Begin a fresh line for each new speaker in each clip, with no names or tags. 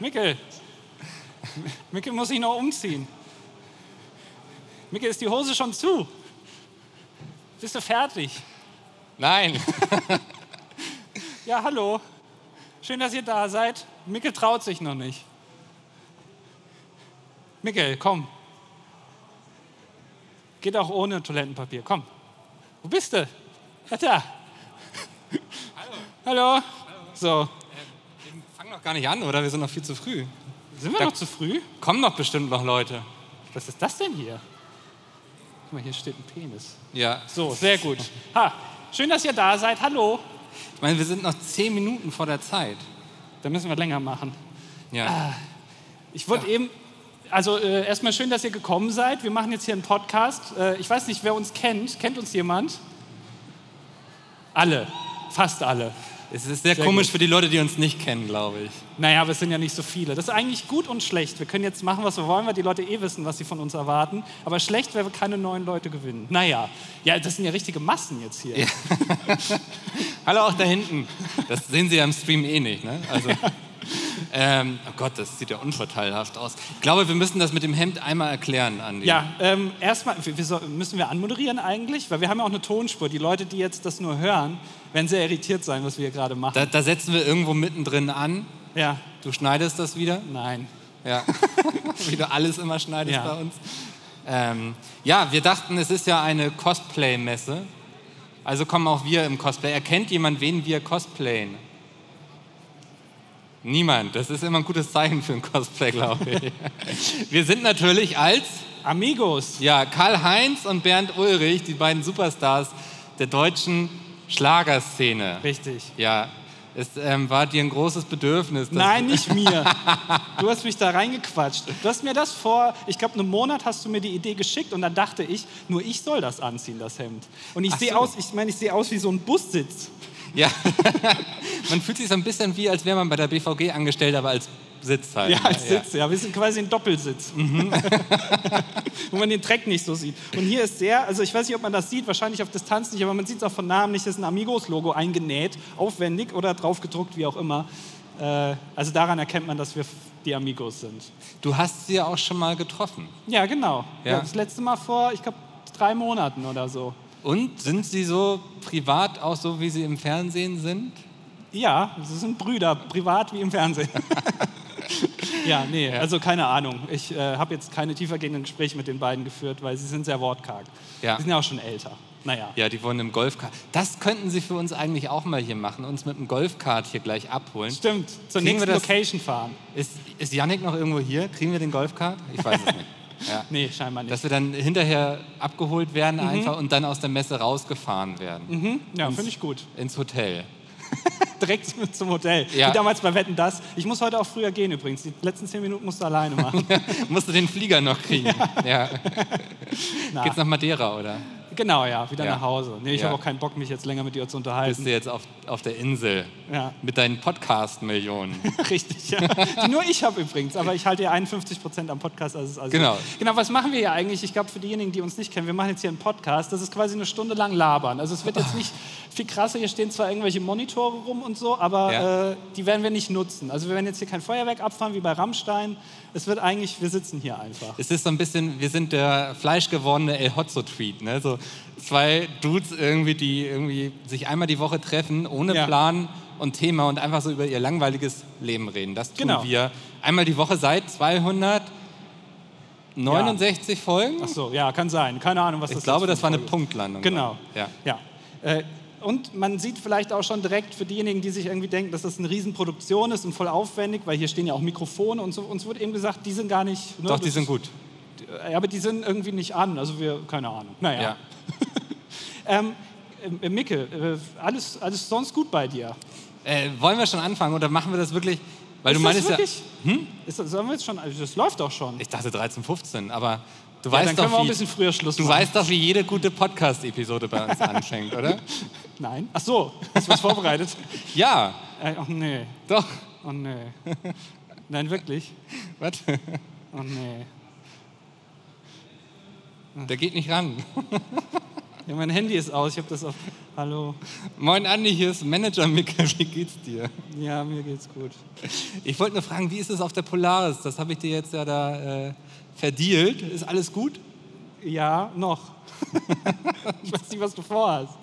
Mickel. Mickel muss sich noch umziehen. Mickel, ist die Hose schon zu? Bist du fertig?
Nein.
Ja, hallo. Schön, dass ihr da seid. Mickel traut sich noch nicht. Mickel, komm. Geht auch ohne Toilettenpapier. Komm. Wo bist du? Ja, da. Hallo. Hallo. So.
Wir fangen noch gar nicht an, oder? Wir sind noch viel zu früh.
Sind wir noch zu früh?
Kommen noch bestimmt noch Leute.
Was ist das denn hier? Guck mal, hier steht ein Penis.
Ja.
So, sehr gut. Ha, schön, dass ihr da seid. Hallo.
Ich meine, wir sind noch zehn Minuten vor der Zeit. Ah,
Da müssen wir länger machen.
Ja.
Ich wollte eben, also äh, erstmal schön, dass ihr gekommen seid. Wir machen jetzt hier einen Podcast. Äh, ich weiß nicht, wer uns kennt. Kennt uns jemand? Alle. Fast alle.
Es ist sehr,
Sehr
komisch
gut.
für die Leute, die uns nicht kennen, glaube ich.
Naja, aber es sind ja nicht so viele. Das ist eigentlich gut und schlecht. Wir können jetzt machen, was wir wollen, weil die Leute eh wissen, was sie von uns erwarten. Aber schlecht, weil wir keine neuen Leute gewinnen. Naja, ja, das sind ja richtige Massen jetzt hier.
Hallo auch da hinten. Das sehen Sie ja im Stream eh nicht, ne? Also, ähm, oh Gott, das sieht ja unvorteilhaft aus. Ich glaube, wir müssen das mit dem Hemd einmal erklären, Andi.
Ja, ähm, erstmal wir, wir so, müssen wir anmoderieren eigentlich, weil wir haben ja auch eine Tonspur. Die Leute, die jetzt das nur hören, werden sehr irritiert sein, was wir hier gerade machen.
Da, da setzen wir irgendwo mittendrin an.
ja,
Du schneidest das wieder.
nein.
Ja. Wie du alles immer schneidest
Ja.
bei uns. Ähm, ja, wir dachten, es ist ja eine Cosplay-Messe. Also kommen auch wir im Cosplay. Erkennt jemand, wen wir cosplayen? Niemand. Das ist immer ein gutes Zeichen für ein Cosplay, glaube ich. wir sind natürlich als
Amigos.
ja, Karl-Heinz und Bernd Ulrich, die beiden Superstars der deutschen Schlagerszene.
Richtig.
Ja, es ähm, war dir ein großes Bedürfnis. dass-
Nein, nicht mir. Du hast mich da reingequatscht. Du hast mir das vor, ich glaube, einem Monat hast du mir die Idee geschickt und dann dachte ich, nur ich soll das anziehen, das Hemd. Und ich
Ach
sehe
so.
aus, ich meine, ich sehe aus wie so ein Bussitz.
Ja, man fühlt sich so ein bisschen wie, als wäre man bei der BVG angestellt, aber als Sitz halt.
Ja, als Sitz, ja. Wir sind quasi ein Doppelsitz. Mhm. Wo man den Dreck nicht so sieht. Und hier ist sehr, also ich weiß nicht, ob man das sieht, wahrscheinlich auf Distanz nicht, aber man sieht es auch von Namen nicht. Das ist ein Amigos-Logo eingenäht, aufwendig oder draufgedruckt, wie auch immer. Äh, also daran erkennt man, dass wir f- die Amigos sind.
Du hast sie ja auch schon mal getroffen.
Ja, genau.
Ja.
Ja. Das letzte Mal vor, ich glaube, drei Monaten oder so.
Und sind sie so privat auch so, wie sie im Fernsehen sind?
Ja, sie sind Brüder, privat wie im Fernsehen. ja, nee, also keine Ahnung. Ich äh, habe jetzt keine tiefergehenden Gespräche mit den beiden geführt, weil sie sind sehr wortkarg.
Ja.
Die sind ja auch schon älter. Naja.
Ja, die wohnen im Golfkart. Das könnten sie für uns eigentlich auch mal hier machen, uns mit dem Golfkart hier gleich abholen.
Stimmt, zur
Kriegen wir
nächsten
das-
Location fahren.
Ist, ist Yannick noch irgendwo hier? Kriegen wir den Golfkart? Ich weiß es nicht. Ja. Mhm.
Nee, scheinbar nicht.
Dass wir dann hinterher abgeholt werden einfach und dann aus der Messe rausgefahren werden.
ja, finde ich gut.
Ins Hotel.
Direkt zum Hotel.
Ja.
Wie damals bei Wetten das. Ich muss heute auch früher gehen übrigens. Die letzten zehn Minuten musst du alleine machen.
Musst du den Flieger noch kriegen. Ja.
Na,
Geht's nach Madeira, oder?
genau, ja, wieder
Ja.
nach Hause. Nee, ich
Ja.
habe auch keinen Bock, mich jetzt länger mit dir zu
Bist
unterhalten.
du jetzt auf, auf der Insel
Ja.
mit deinen Podcast-Millionen?
Richtig, ja. Die nur ich habe übrigens, aber ich halte ja 51 Prozent am Podcast. Also, es ist also
Genau.
Genau, was machen wir hier eigentlich? Ich glaube, für diejenigen, die uns nicht kennen, wir machen jetzt hier einen Podcast. Das ist quasi eine Stunde lang labern. Also es wird jetzt nicht viel krasser. Hier stehen zwar irgendwelche Monitore rum und so, aber
Ja.
äh, die werden wir nicht nutzen. Also wir werden jetzt hier kein Feuerwerk abfahren wie bei Rammstein. Es wird eigentlich, wir sitzen hier einfach.
Es ist so ein bisschen, wir sind der fleischgewordene El Hotzo-Tweet. Ne? So zwei Dudes irgendwie, die irgendwie sich einmal die Woche treffen, ohne
Ja.
Plan und Thema und einfach so über ihr langweiliges Leben reden. Das tun
Genau.
wir einmal die Woche seit 269 Folgen.
Ach so, ja, kann sein. Keine Ahnung, was das
ich glaube,
jetzt
das
für
war eine
Folge ist.
Punktlandung.
Genau.
Ja.
Ja. Äh, Und man sieht vielleicht auch schon direkt für diejenigen, die sich irgendwie denken, dass das eine Riesenproduktion ist und voll aufwendig, weil hier stehen ja auch Mikrofone und so. Uns wurde eben gesagt, die sind gar nicht. ne,
Doch, die
das-
sind gut.
äh, Aber die sind irgendwie nicht an. Also wir, keine Ahnung. Naja.
Ja.
Ähm, äh, Micke, äh, alles, alles sonst gut bei dir?
Äh, wollen wir schon anfangen oder machen wir das wirklich? Weil
ist
du meinst
das
ja, Hm?
wirklich? Ist das, sollen wir jetzt schon? Also das läuft doch schon.
ich dachte 13, 15, aber du
ja,
weißt
dann
doch,
können wir auch
wie-
ein bisschen früher Schluss
Du
machen.
weißt doch, wie jede gute Podcast-Episode bei uns anfängt, oder?
Nein. Ach so, hast du was vorbereitet?
Ja,
Äh, oh nee,
doch.
oh nee. Nein, wirklich?
Warte,
Oh nee.
der geht nicht ran.
Ja, mein Handy ist aus, ich habe das auf. Hallo.
Moin Andi, hier ist Manager Mika, wie geht's dir?
Ja, mir geht's gut.
Ich wollte nur fragen, wie ist es auf der Polaris? Das habe ich dir jetzt ja da äh, verdealt. Ist alles gut?
Ja, noch. ich weiß nicht, was du vorhast.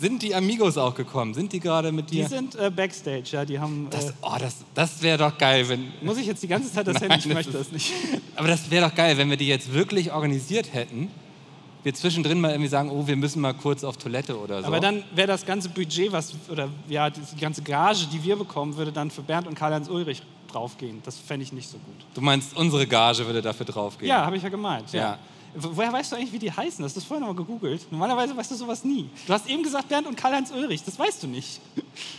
Sind die Amigos auch gekommen? Sind die gerade mit
Die
dir?
sind äh, Backstage, ja, die haben.
das
äh,
oh, das, das wäre doch geil, wenn.
muss ich jetzt die ganze Zeit das Handy? Ich
Nein,
möchte
das
das nicht.
Aber das wäre doch geil, wenn wir die jetzt wirklich organisiert hätten. Wir zwischendrin mal irgendwie sagen, oh, wir müssen mal kurz auf Toilette oder so.
Aber dann wäre das ganze Budget, was, oder ja, die ganze Gage, die wir bekommen, würde dann für Bernd und Karl-Heinz Ulrich draufgehen. Das fände ich nicht so gut.
du meinst, unsere Gage würde dafür draufgehen?
Ja, habe ich ja gemeint. Ja.
Ja.
Wo- Woher weißt du eigentlich, wie die heißen? Hast du das vorhin nochmal gegoogelt? Normalerweise weißt du sowas nie. Du hast eben gesagt Bernd und Karl-Heinz Ulrich. Das weißt du nicht.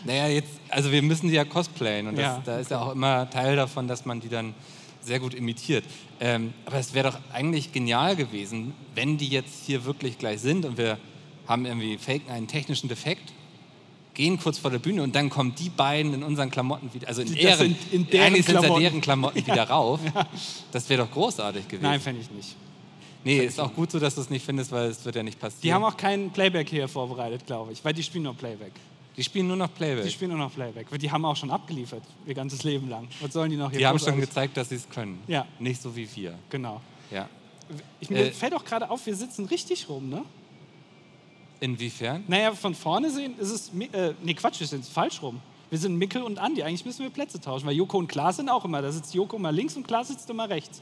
Naja, jetzt, also wir müssen die ja cosplayen und das,
Ja,
da ist ja auch immer Teil davon, dass man die dann sehr gut imitiert. Ähm, aber es wäre doch eigentlich genial gewesen, wenn die jetzt hier wirklich gleich sind und wir haben irgendwie faken einen technischen Defekt, gehen kurz vor der Bühne und dann kommen die beiden in unseren Klamotten wieder, also in,
Die- das
deren,
sind in deren
eigentlich sind es ja
Klamotten.
deren Klamotten wieder rauf. Das wäre doch großartig gewesen.
Nein, fände ich nicht.
nee, ist auch gut so, dass du es nicht findest, weil es wird ja nicht passieren.
Die haben auch keinen Playback hier vorbereitet, glaube ich, weil die spielen nur Playback.
die spielen nur noch Playback.
Die
Die,
spielen nur noch Playback. Die haben auch schon abgeliefert, ihr ganzes Leben lang. Was sollen die noch hier
haben schon
großartig-
gezeigt, dass sie es können.
Ja.
Nicht so wie wir.
Genau.
Ja.
Ich, mir
Äh,
fällt auch gerade auf, wir sitzen richtig rum, ne?
Inwiefern?
Naja, von vorne sehen ist es. Mi- Äh, nee, Quatsch, wir sind falsch rum. Wir sind Mikkel und Andi. Eigentlich müssen wir Plätze tauschen, weil Joko und Klaas sind auch immer. Da sitzt Joko mal links und Klaas sitzt immer rechts.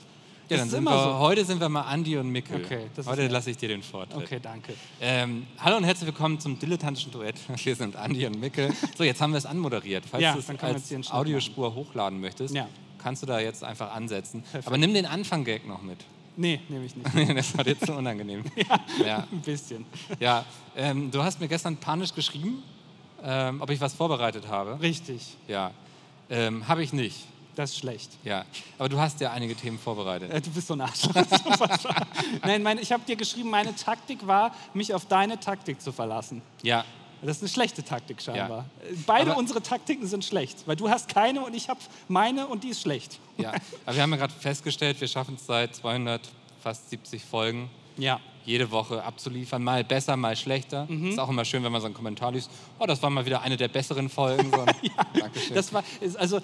Das
Ja, dann
ist
sind
immer
wir, Heute sind wir mal Andi und Mikkel.
Okay, das ist
heute
nett.
lasse ich dir den Vortritt.
Okay, danke.
Ähm, hallo und herzlich willkommen zum dilettantischen Duett. Wir sind Andi und Mikkel. So, jetzt haben wir es anmoderiert. Falls
Ja,
du es
dann kann man jetzt hier einen
als
Schnitt
Audiospur hochladen möchtest,
Ja.
kannst du da jetzt einfach ansetzen. Aber nimm den Anfang-Gag noch mit.
Nee, nehme ich nicht.
das war dir zu unangenehm. ja. ja.
Ein bisschen.
Ähm, du hast mir gestern panisch geschrieben, ähm, ob ich was vorbereitet habe.
Richtig,
Ja. Ähm, habe ich nicht.
das ist schlecht.
Ja. Aber du hast ja einige Themen vorbereitet.
Äh, Du bist so ein Arschloch. Nein, mein, ich habe dir geschrieben, meine Taktik war, mich auf deine Taktik zu verlassen.
Ja.
Das ist eine schlechte Taktik scheinbar. Äh, Beide
Aber-
unsere Taktiken sind schlecht, weil du hast keine und ich habe meine und die ist schlecht.
Ja, aber wir haben ja gerade festgestellt, wir schaffen es seit 200, fast 70 Folgen
Ja.
jede Woche abzuliefern. Mal besser, mal schlechter.
Mhm.
Ist auch immer schön, wenn man so einen Kommentar liest. Oh, das war mal wieder eine der besseren Folgen. So, Dankeschön.
Das war, ist- also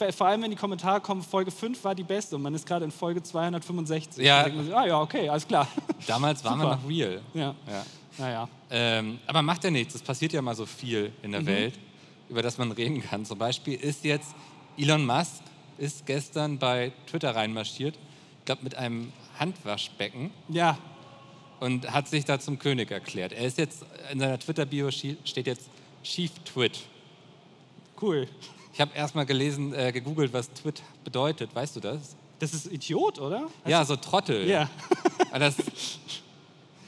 äh, vor allem, wenn die Kommentare kommen, Folge 5 war die beste und man ist gerade in Folge 265.
Ja.
Dann denkt man sich, ah ja, okay, alles klar.
Damals waren wir
Super.
noch real.
ja.
Ja.
Naja.
Ähm, aber macht ja nichts. Es passiert ja mal so viel in
Mhm.
der Welt, über das man reden kann. Zum Beispiel ist jetzt Elon Musk ist gestern bei Twitter reinmarschiert. Ich glaube, mit einem Handwaschbecken.
Ja,
und hat sich da zum König erklärt. Er ist jetzt in seiner Twitter-Bio schie- steht jetzt Chief Twit.
cool.
Ich habe erstmal gelesen, äh, gegoogelt, was Twit bedeutet. Weißt du das?
Das ist Idiot, oder?
ja, so Trottel.
Ja.
Aber Das,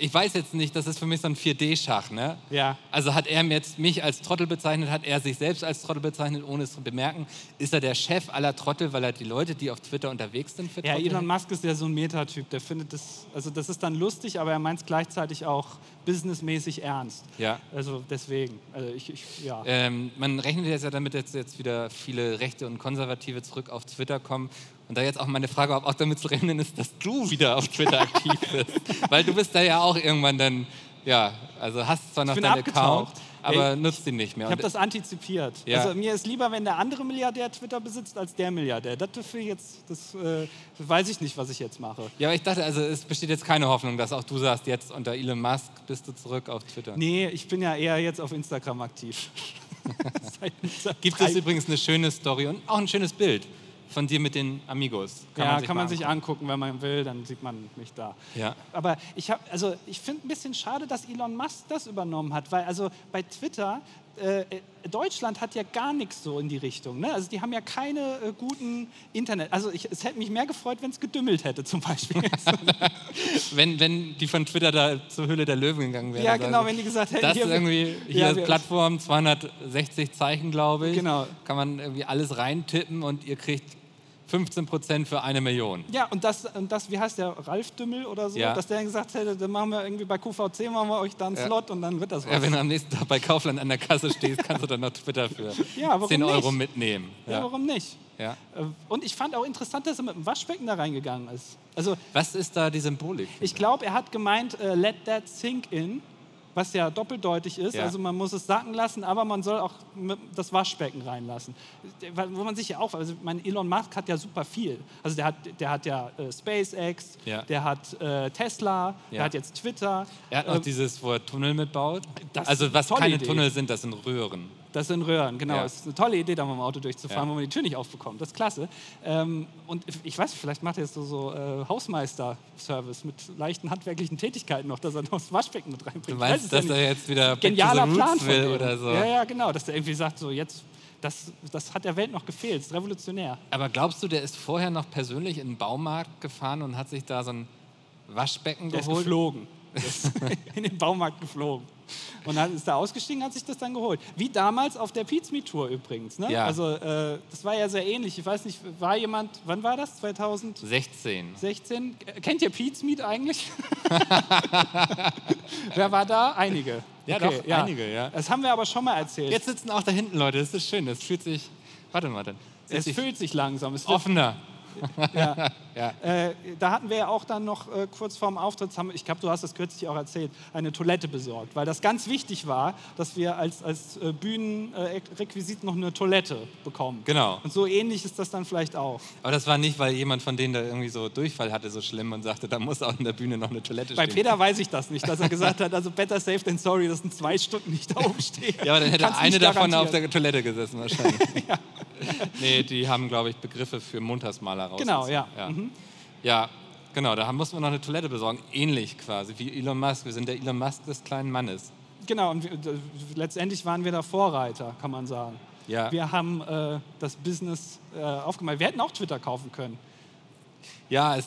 ich weiß jetzt nicht, das ist für mich so ein 4D-Schach, ne?
Ja.
Also hat er jetzt mich als Trottel bezeichnet, hat er sich selbst als Trottel bezeichnet, ohne es zu bemerken. Ist er der Chef aller Trottel, weil er die Leute, die auf Twitter unterwegs sind, für
Ja,
Trottel
Elon Musk ist ja so ein Metatyp, der findet das, also das ist dann lustig, aber er meint es gleichzeitig auch businessmäßig ernst.
Ja.
Also deswegen, also ich, ich ja.
Ähm, man rechnet jetzt ja damit, dass jetzt wieder viele Rechte und Konservative zurück auf Twitter kommen. Und da jetzt auch meine Frage, ob auch damit zu rechnen ist, dass du wieder auf Twitter aktiv bist. Weil du bist da ja auch irgendwann dann, ja, also hast zwar noch
bin
deinen Account,
abgetaucht.
aber
Ey,
nutzt ihn nicht mehr.
Ich habe
Und
das antizipiert.
Ja.
Also mir ist lieber, wenn der andere Milliardär Twitter besitzt, als der Milliardär. Das finde ich jetzt, das äh, weiß ich nicht, was ich jetzt mache.
ja, aber ich dachte, also es besteht jetzt keine Hoffnung, dass auch du sagst, jetzt unter Elon Musk bist du zurück auf Twitter.
Nee, ich bin ja eher jetzt auf Instagram aktiv. Seit- seit
Gibt
drei-
es übrigens eine schöne Story und auch ein schönes Bild von dir mit den Amigos.
ja,
sich
kann
mal
man sich angucken, wenn man will, dann sieht man mich da.
Ja.
Aber ich habe, also ich finde ein bisschen schade, dass Elon Musk das übernommen hat, weil also bei Twitter äh, äh, Deutschland hat ja gar nichts so in die Richtung. Ne? Also die haben ja keine äh, guten Internet. Also ich, es hätte mich mehr gefreut, wenn es gedümmelt hätte zum Beispiel.
Wenn, wenn die von Twitter da zur Höhle der Löwen gegangen wären.
ja,
dann
genau,
sagen
wenn die gesagt hätten,
Das
hier-
ist irgendwie, hier
Ja,
ist
wir-
Plattform, 260 Zeichen, glaube ich.
Genau.
Kann man irgendwie alles reintippen und ihr kriegt 15 Prozent für eine Million.
Ja, und das, und das, wie heißt der, Ralf Dümmel oder so,
Ja.
dass der gesagt hätte, dann machen wir irgendwie bei QVC, machen wir euch da einen Slot und dann wird das was.
Ja, genau. wenn du am nächsten Tag bei Kaufland an der Kasse stehst, kannst du dann noch Twitter für
Ja, warum
10 Euro
nicht?
mitnehmen.
ja, warum nicht?
Ja.
Äh, Und ich fand auch interessant, dass er mit dem Waschbecken da reingegangen ist. Also
Was ist da die Symbolik?
ich glaube, er hat gemeint, äh, let that sink in. was ja doppeldeutig ist.
Ja.
Also man muss es sacken lassen, aber man soll auch mit- das Waschbecken reinlassen. Äh, Wo man sich ja auch, also mein Elon Musk hat ja super viel. Also der hat, der hat ja äh, SpaceX,
Ja.
der hat äh, Tesla, der
Ja.
hat jetzt Twitter.
Er hat auch
Ähm,
dieses, wo er Tunnel mitbaut.
Das ist
also
eine
was
tolle
keine
Idee.
Tunnel sind, das sind Röhren.
Das sind Röhren, genau.
Ja.
Das ist eine tolle Idee, da mit dem Auto durchzufahren,
Ja.
wo man die Tür nicht aufbekommt. Das ist klasse. Ähm, und ich weiß, vielleicht macht er jetzt so, so äh, Hausmeister-Service mit leichten handwerklichen Tätigkeiten noch, dass er noch das Waschbecken mit reinbringt.
Du
Ich weiß
meinst,
es
dass
ja
er
nicht.
jetzt wieder Back to the
Genialer
Roots
Plan von
will
dem.
oder so.
Ja, ja, genau. Dass er irgendwie sagt, so jetzt, das, das hat der Welt noch gefehlt. Das ist revolutionär.
Aber glaubst du, der ist vorher noch persönlich in den Baumarkt gefahren und hat sich da so ein Waschbecken
Der ist
geholt?
geflogen. Der ist in den Baumarkt geflogen. Und dann ist da ausgestiegen, hat sich das dann geholt. Wie damals auf der Pete's Me Tour übrigens. Ne?
Ja.
Also äh, das war ja sehr ähnlich. Ich weiß nicht, war jemand, wann war das? 2016?
16.
Äh, Kennt ihr Pete's Meet eigentlich? Wer war da? Einige.
Ja, doch, einige, ja.
Das haben wir aber schon mal erzählt.
Jetzt sitzen auch da hinten Leute, das ist schön, das fühlt sich. Warte mal dann.
es
sich
füllt sich langsam. Es wird
offener.
Äh, da hatten wir ja auch dann noch äh, kurz vorm Auftritt, haben, ich glaube, du hast das kürzlich auch erzählt, eine Toilette besorgt, weil das ganz wichtig war, dass wir als, als äh, Bühnenrequisit noch eine Toilette bekommen.
Genau.
Und so ähnlich ist das dann vielleicht auch.
Aber das war nicht, weil jemand von denen da irgendwie so Durchfall hatte, so schlimm und sagte, da muss auch in der Bühne noch eine Toilette
Bei
stehen.
Peter weiß ich das nicht, dass er gesagt hat, also better safe than sorry, dass in zwei Stunden nicht da oben steht.
Ja, aber dann hätte
Kannst
eine
nicht
davon auf
garantieren.
der Toilette gesessen wahrscheinlich. Nee, die haben, glaube ich, Begriffe für Montagsmaler raus.
Genau, ja.
Ja. Mhm. ja, genau, da haben- mussten wir noch eine Toilette besorgen. Ähnlich quasi wie Elon Musk. Wir sind der Elon Musk des kleinen Mannes.
Genau, und wir, d- letztendlich waren wir da Vorreiter, kann man sagen.
Ja.
Wir haben äh, das Business äh, aufgemacht. Wir hätten auch Twitter kaufen können.
Ja, es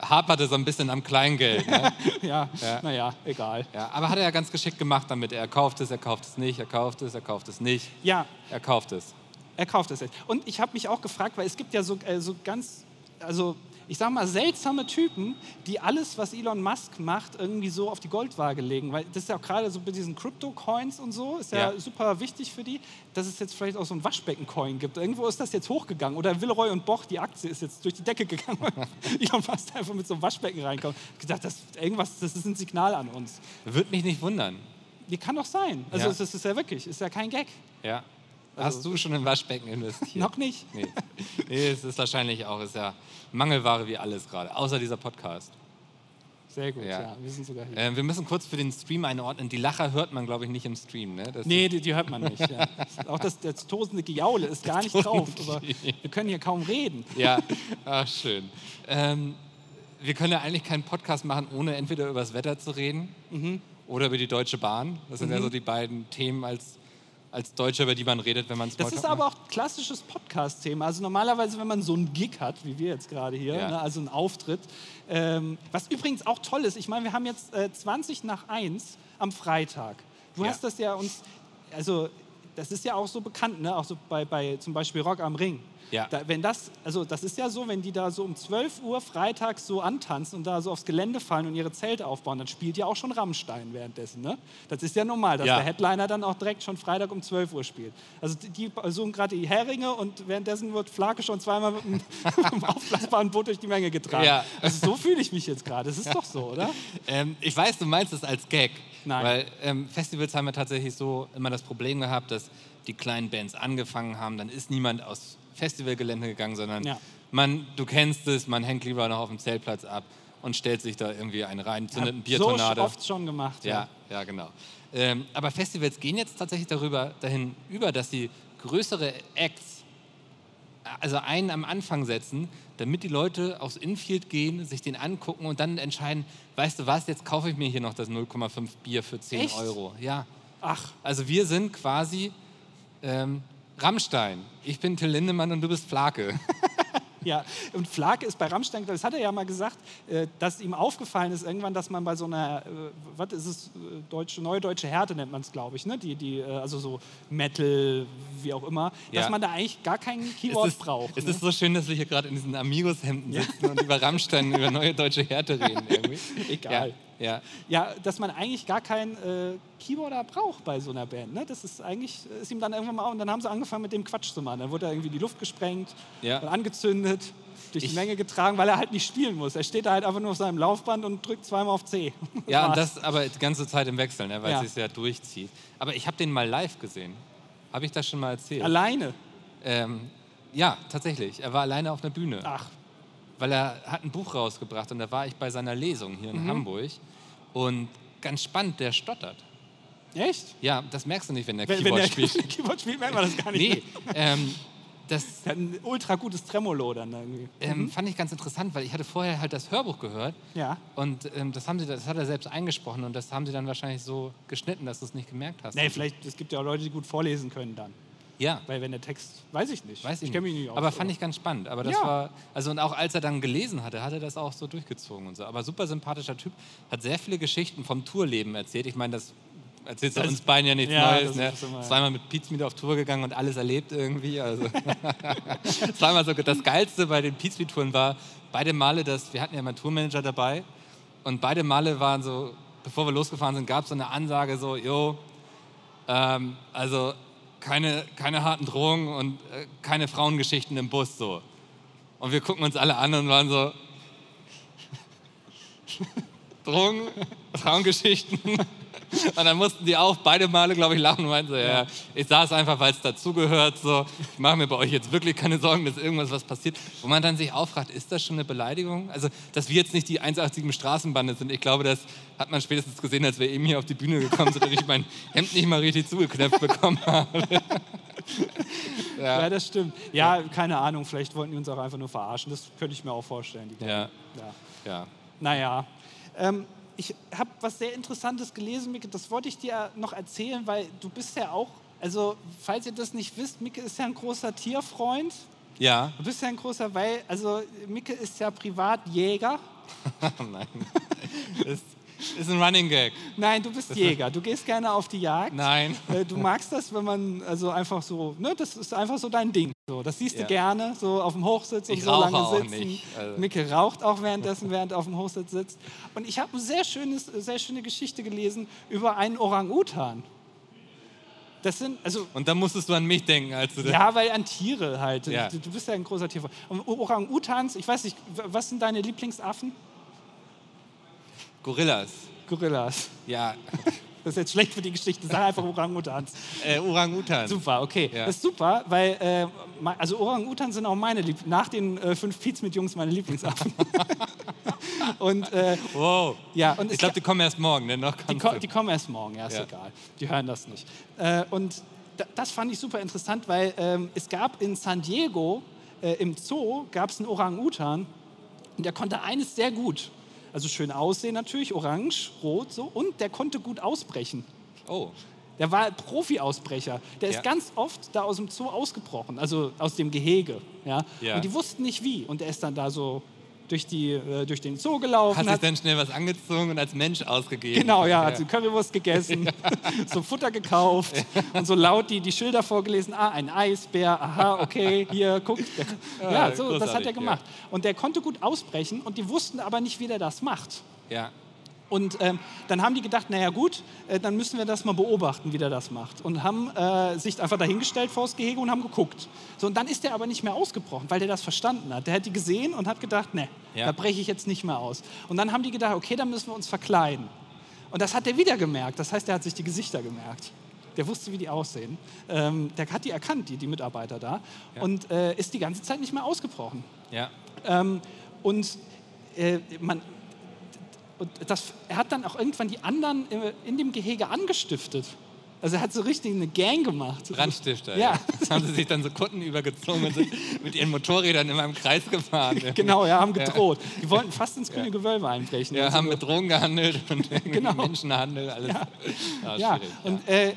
haperte so ein bisschen am Kleingeld. Ne?
Ja,
Ja.
naja, egal.
Ja, aber hat er ja ganz geschickt gemacht damit. Er kauft es, er kauft es nicht, er kauft es, er kauft es nicht.
Ja,
Er kauft es.
Er kauft es jetzt. Und ich habe mich auch gefragt, weil es gibt ja so, äh, so ganz, also ich sag mal, seltsame Typen, die alles, was Elon Musk macht, irgendwie so auf die Goldwaage legen. Weil das ist ja auch gerade so bei diesen Crypto-Coins und so, ist ja,
Ja.
super wichtig für die, dass es jetzt vielleicht auch so ein Waschbecken-Coin gibt. Irgendwo ist das jetzt hochgegangen. Oder Willeroy und Boch, die Aktie ist jetzt durch die Decke gegangen. Elon Musk einfach mit so einem Waschbecken reinkommt. Ich hab gedacht, das, irgendwas, das ist ein Signal an uns.
Würde mich nicht wundern.
Die kann doch sein. Also
Ja.
es ist, es ist ja wirklich, ist ja kein Gag.
Ja. Hast du schon in Waschbecken investiert?
Also Noch nicht.
Nee. nee, es ist wahrscheinlich auch, ist ja Mangelware wie alles gerade, außer dieser Podcast.
Sehr gut,
Ja.
ja. Wir sind sogar hier.
Äh, wir müssen kurz für den Stream einordnen. Die Lacher hört man, glaube ich, nicht im Stream. Ne? Das
Nee, die, die hört man nicht. Ja. Auch das, das tosende Gejaule ist gar nicht drauf. Aber wir können hier kaum reden.
Ja, ach schön. Ähm, wir können ja eigentlich keinen Podcast machen, ohne entweder über das Wetter zu reden
Mhm.
oder über die Deutsche Bahn. Das sind ja so die beiden Themen als, als Deutscher, über die man redet, wenn man
Das ist aber auch klassisches Podcast-Thema. Also normalerweise, wenn man so einen Gig hat, wie wir jetzt gerade hier,
Ja.
ne, also einen Auftritt, ähm, was übrigens auch toll ist. Ich meine, wir haben jetzt äh, 20 nach 1 am Freitag. Du
Ja.
hast das ja uns, also das ist ja auch so bekannt, ne? auch so bei, bei zum Beispiel Rock am Ring.
Ja.
Da, wenn das, also das ist ja so, wenn die da so um 12 Uhr freitags so antanzen und da so aufs Gelände fallen und ihre Zelte aufbauen, dann spielt ja auch schon Rammstein währenddessen. Ne? Das ist ja normal, dass
Ja.
der Headliner dann auch direkt schon Freitag um 12 Uhr spielt. Also die- die suchen gerade die Heringe und währenddessen wird Flake schon zweimal mit einem, mit einem aufblasbaren Boot durch die Menge getragen.
Ja.
Also so fühle ich mich jetzt gerade. Das ist doch so, oder?
Ähm, ich weiß, du meinst es als Gag.
Nein.
Weil ähm, Festivals haben ja tatsächlich so immer das Problem gehabt, dass die kleinen Bands angefangen haben, dann ist niemand aus Festivalgelände gegangen, sondern
Ja.
man, du kennst es, man hängt lieber noch auf dem Zeltplatz ab und stellt sich da irgendwie einen rein, zündet eine
so
Biertonade.
oft schon gemacht.
Ja, ja, genau. Ähm, aber Festivals gehen jetzt tatsächlich darüber, dahin über, dass sie größere Acts, also einen am Anfang setzen, damit die Leute aufs Infield gehen, sich den angucken und dann entscheiden, weißt du was, jetzt kaufe ich mir hier noch das 0,5 Bier für 10
Echt?
Euro. Ja.
Ach,
Also wir sind quasi ähm, Rammstein. Ich bin Till Lindemann und du bist Flake.
Ja, und Flake ist bei Rammstein, das hat er ja mal gesagt, äh, dass ihm aufgefallen ist irgendwann, dass man bei so einer, äh, was ist es, äh, deutsche, neue deutsche Härte nennt man es, glaube ich, ne? die, die, äh, also so Metal, wie auch immer,
Ja.
dass man da eigentlich gar kein Keyboard
es ist,
braucht.
Es
ne?
ist so schön, dass wir hier gerade in diesen Amigos-Hemden sitzen und über Rammstein, über neue deutsche Härte reden. Irgendwie.
Egal.
Ja, ja.
ja, dass man eigentlich gar kein äh, Keyboarder braucht bei so einer Band. Ne? Das ist eigentlich, ist ihm dann irgendwann mal, und dann haben sie angefangen mit dem Quatsch zu machen. Dann wurde da irgendwie die Luft gesprengt
Ja.
und äh, angezündet. durch
Ich-
die Menge getragen, weil er halt nicht spielen muss. Er steht da halt einfach nur auf seinem Laufband und drückt zweimal auf C.
Ja, und
war's.
das aber die ganze Zeit im Wechsel, ne, weil
Ja.
sie es ja durchzieht. Aber ich habe den mal live gesehen. Habe ich das schon mal erzählt?
Alleine.
Ähm, ja, tatsächlich. Er war alleine auf einer Bühne.
Ach,
weil er hat ein Buch rausgebracht und da war ich bei seiner Lesung hier
Mhm.
in Hamburg und ganz spannend, der stottert.
echt?
Ja, das merkst du nicht, wenn der
Wenn, wenn
Keyboard
der
spielt.
Keyboard spielt, merkt man das gar nicht. ne?
nee, ähm, das
Der hat ein ultra gutes Tremolo dann irgendwie.
ähm, fand ich ganz interessant, weil ich hatte vorher halt das Hörbuch gehört
Ja.
und ähm, das, haben sie, das hat er selbst eingesprochen und das haben sie dann wahrscheinlich so geschnitten, dass du es nicht gemerkt hast.
Nee, vielleicht, es gibt ja auch Leute, die gut vorlesen können dann.
ja.
Weil wenn der Text, weiß ich nicht.
Weiß ich,
kenn
nicht.
mich nicht aus.
aber fand ich ganz spannend. Aber das
Ja.
war, also und auch als er dann gelesen hatte, hat er das auch so durchgezogen und so. Aber super sympathischer Typ, hat sehr viele Geschichten vom Tourleben erzählt. Ich meine, das erzählt
Das-
uns beiden ja nichts
Ja,
Neues.
das
Ne?
ist immer-
Zweimal mit Pizmeet auf Tour gegangen und alles erlebt irgendwie. Also zweimal so das Geilste bei den Pizmeet Touren war beide Male, dass wir hatten ja mal einen Tourmanager dabei und beide Male waren so, bevor wir losgefahren sind, gab es so eine Ansage so, jo, ähm, also keine, keine harten Drohungen und äh, keine Frauengeschichten im Bus so. Und wir gucken uns alle an und waren so. Drogen, Frauengeschichten. Und dann mussten die auch beide Male, glaube ich, lachen und meinten so, ja, ich saß einfach, weil es dazugehört. So, ich mache mir bei euch jetzt wirklich keine Sorgen, dass irgendwas was passiert. Wo man dann sich auffragt, ist das schon eine Beleidigung? Also, dass wir jetzt nicht die 187 Straßenbande sind, ich glaube, das hat man spätestens gesehen, als wir eben hier auf die Bühne gekommen sind und ich mein Hemd nicht mal richtig zugeknöpft bekommen habe.
Ja, das stimmt. Ja, keine Ahnung, vielleicht wollten die uns auch einfach nur verarschen. Das könnte ich mir auch vorstellen. Die
Ja,
ja.
ja.
Naja. Ähm, ich habe was sehr Interessantes gelesen, Micke. Das wollte ich dir noch erzählen, weil du bist ja auch, also falls ihr das nicht wisst, Micke ist ja ein großer Tierfreund.
Ja.
Du bist ja ein großer, weil, also Micke ist ja Privatjäger.
Oh nein. Ist, ist ein Running Gag.
Nein, du bist Jäger. Du gehst gerne auf die Jagd.
Nein.
Äh, Du magst das, wenn man also einfach so, ne, das ist einfach so dein Ding. So, das siehst
Ja.
du gerne, so auf dem Hochsitz und
Ich
so
rauche
lange
auch
sitzen.
nicht, also.
Micke raucht auch währenddessen, während er auf dem Hochsitz sitzt. Und ich habe eine sehr, schönes, sehr schöne Geschichte gelesen über einen Orang-Utan. Das sind, also
Und dann musstest du an mich denken, als du das.
ja, weil an Tiere halt.
Ja.
Du, du bist ja ein großer Tierfreund. Und Orang-Utans, ich weiß nicht, w- was sind deine Lieblingsaffen?
Gorillas.
Gorillas.
Ja.
Das ist jetzt schlecht für die Geschichte. Sag einfach Orang-Utans.
Äh, Orang-Utan.
Super, okay.
Ja.
Das ist super, weil äh, me- also Orang-Utan sind auch meine Lieb nach den äh, fünf Piz mit Jungs meine Lieblingsaffen. und äh,
Wow.
ja, und
Ich
es-
glaube, die kommen erst morgen, ne? Noch
die,
kannst
ko
du.
die kommen erst morgen, ja, ist
Ja.
egal. Die hören das nicht. Äh, und da, das fand ich super interessant, weil ähm, es gab in San Diego äh, im Zoo gab es einen Orang-Utan und der konnte eines sehr gut. Also schön aussehen natürlich, orange, rot so und der konnte gut ausbrechen.
Oh.
Der war Profi-Ausbrecher. Der
Ja.
ist ganz oft da aus dem Zoo ausgebrochen, also aus dem Gehege. Ja?
Ja.
Und die wussten nicht wie. Und der ist dann da so durch, die, äh, durch den Zoo gelaufen.
Hat sich dann schnell was angezogen und als Mensch ausgegeben.
genau, ja, hat so Currywurst gegessen, so Futter gekauft und so laut die, die Schilder vorgelesen. Ah, ein Eisbär, aha, okay, hier, guck. Ja,
Ja,
so, das hat
großartig,
er
ja.
gemacht. Und der konnte gut ausbrechen und die wussten aber nicht, wie der das macht.
Ja.
Und ähm, dann haben die gedacht, naja gut, äh, dann müssen wir das mal beobachten, wie der das macht. Und haben äh, sich einfach dahingestellt vors Gehege und haben geguckt. So, und dann ist der aber nicht mehr ausgebrochen, weil der das verstanden hat. Der hat die gesehen und hat gedacht, ne,
Ja.
da breche ich jetzt nicht mehr aus. Und dann haben die gedacht, okay, dann müssen wir uns verkleiden. Und das hat er wieder gemerkt. Das heißt, er hat sich die Gesichter gemerkt. Der wusste, wie die aussehen. Ähm, der hat die erkannt, die, die Mitarbeiter da. Und äh, ist die ganze Zeit nicht mehr ausgebrochen.
Ja.
Ähm, und äh, man, und das, er hat dann auch irgendwann die anderen äh, in dem Gehege angestiftet. Also er hat so richtig eine Gang gemacht.
Brandstifter.
Ja.
Das haben sie sich dann so Kutten übergezogen und sind mit ihren Motorrädern in meinem Kreis gefahren.
Genau, ja, haben gedroht. Die wollten fast ins grüne Gewölbe einbrechen.
Ja,
Also,
haben mit Drogen gehandelt und irgendwie
Genau.
Menschenhandel, alles. Ja,
ja.
schwierig,
Und, äh,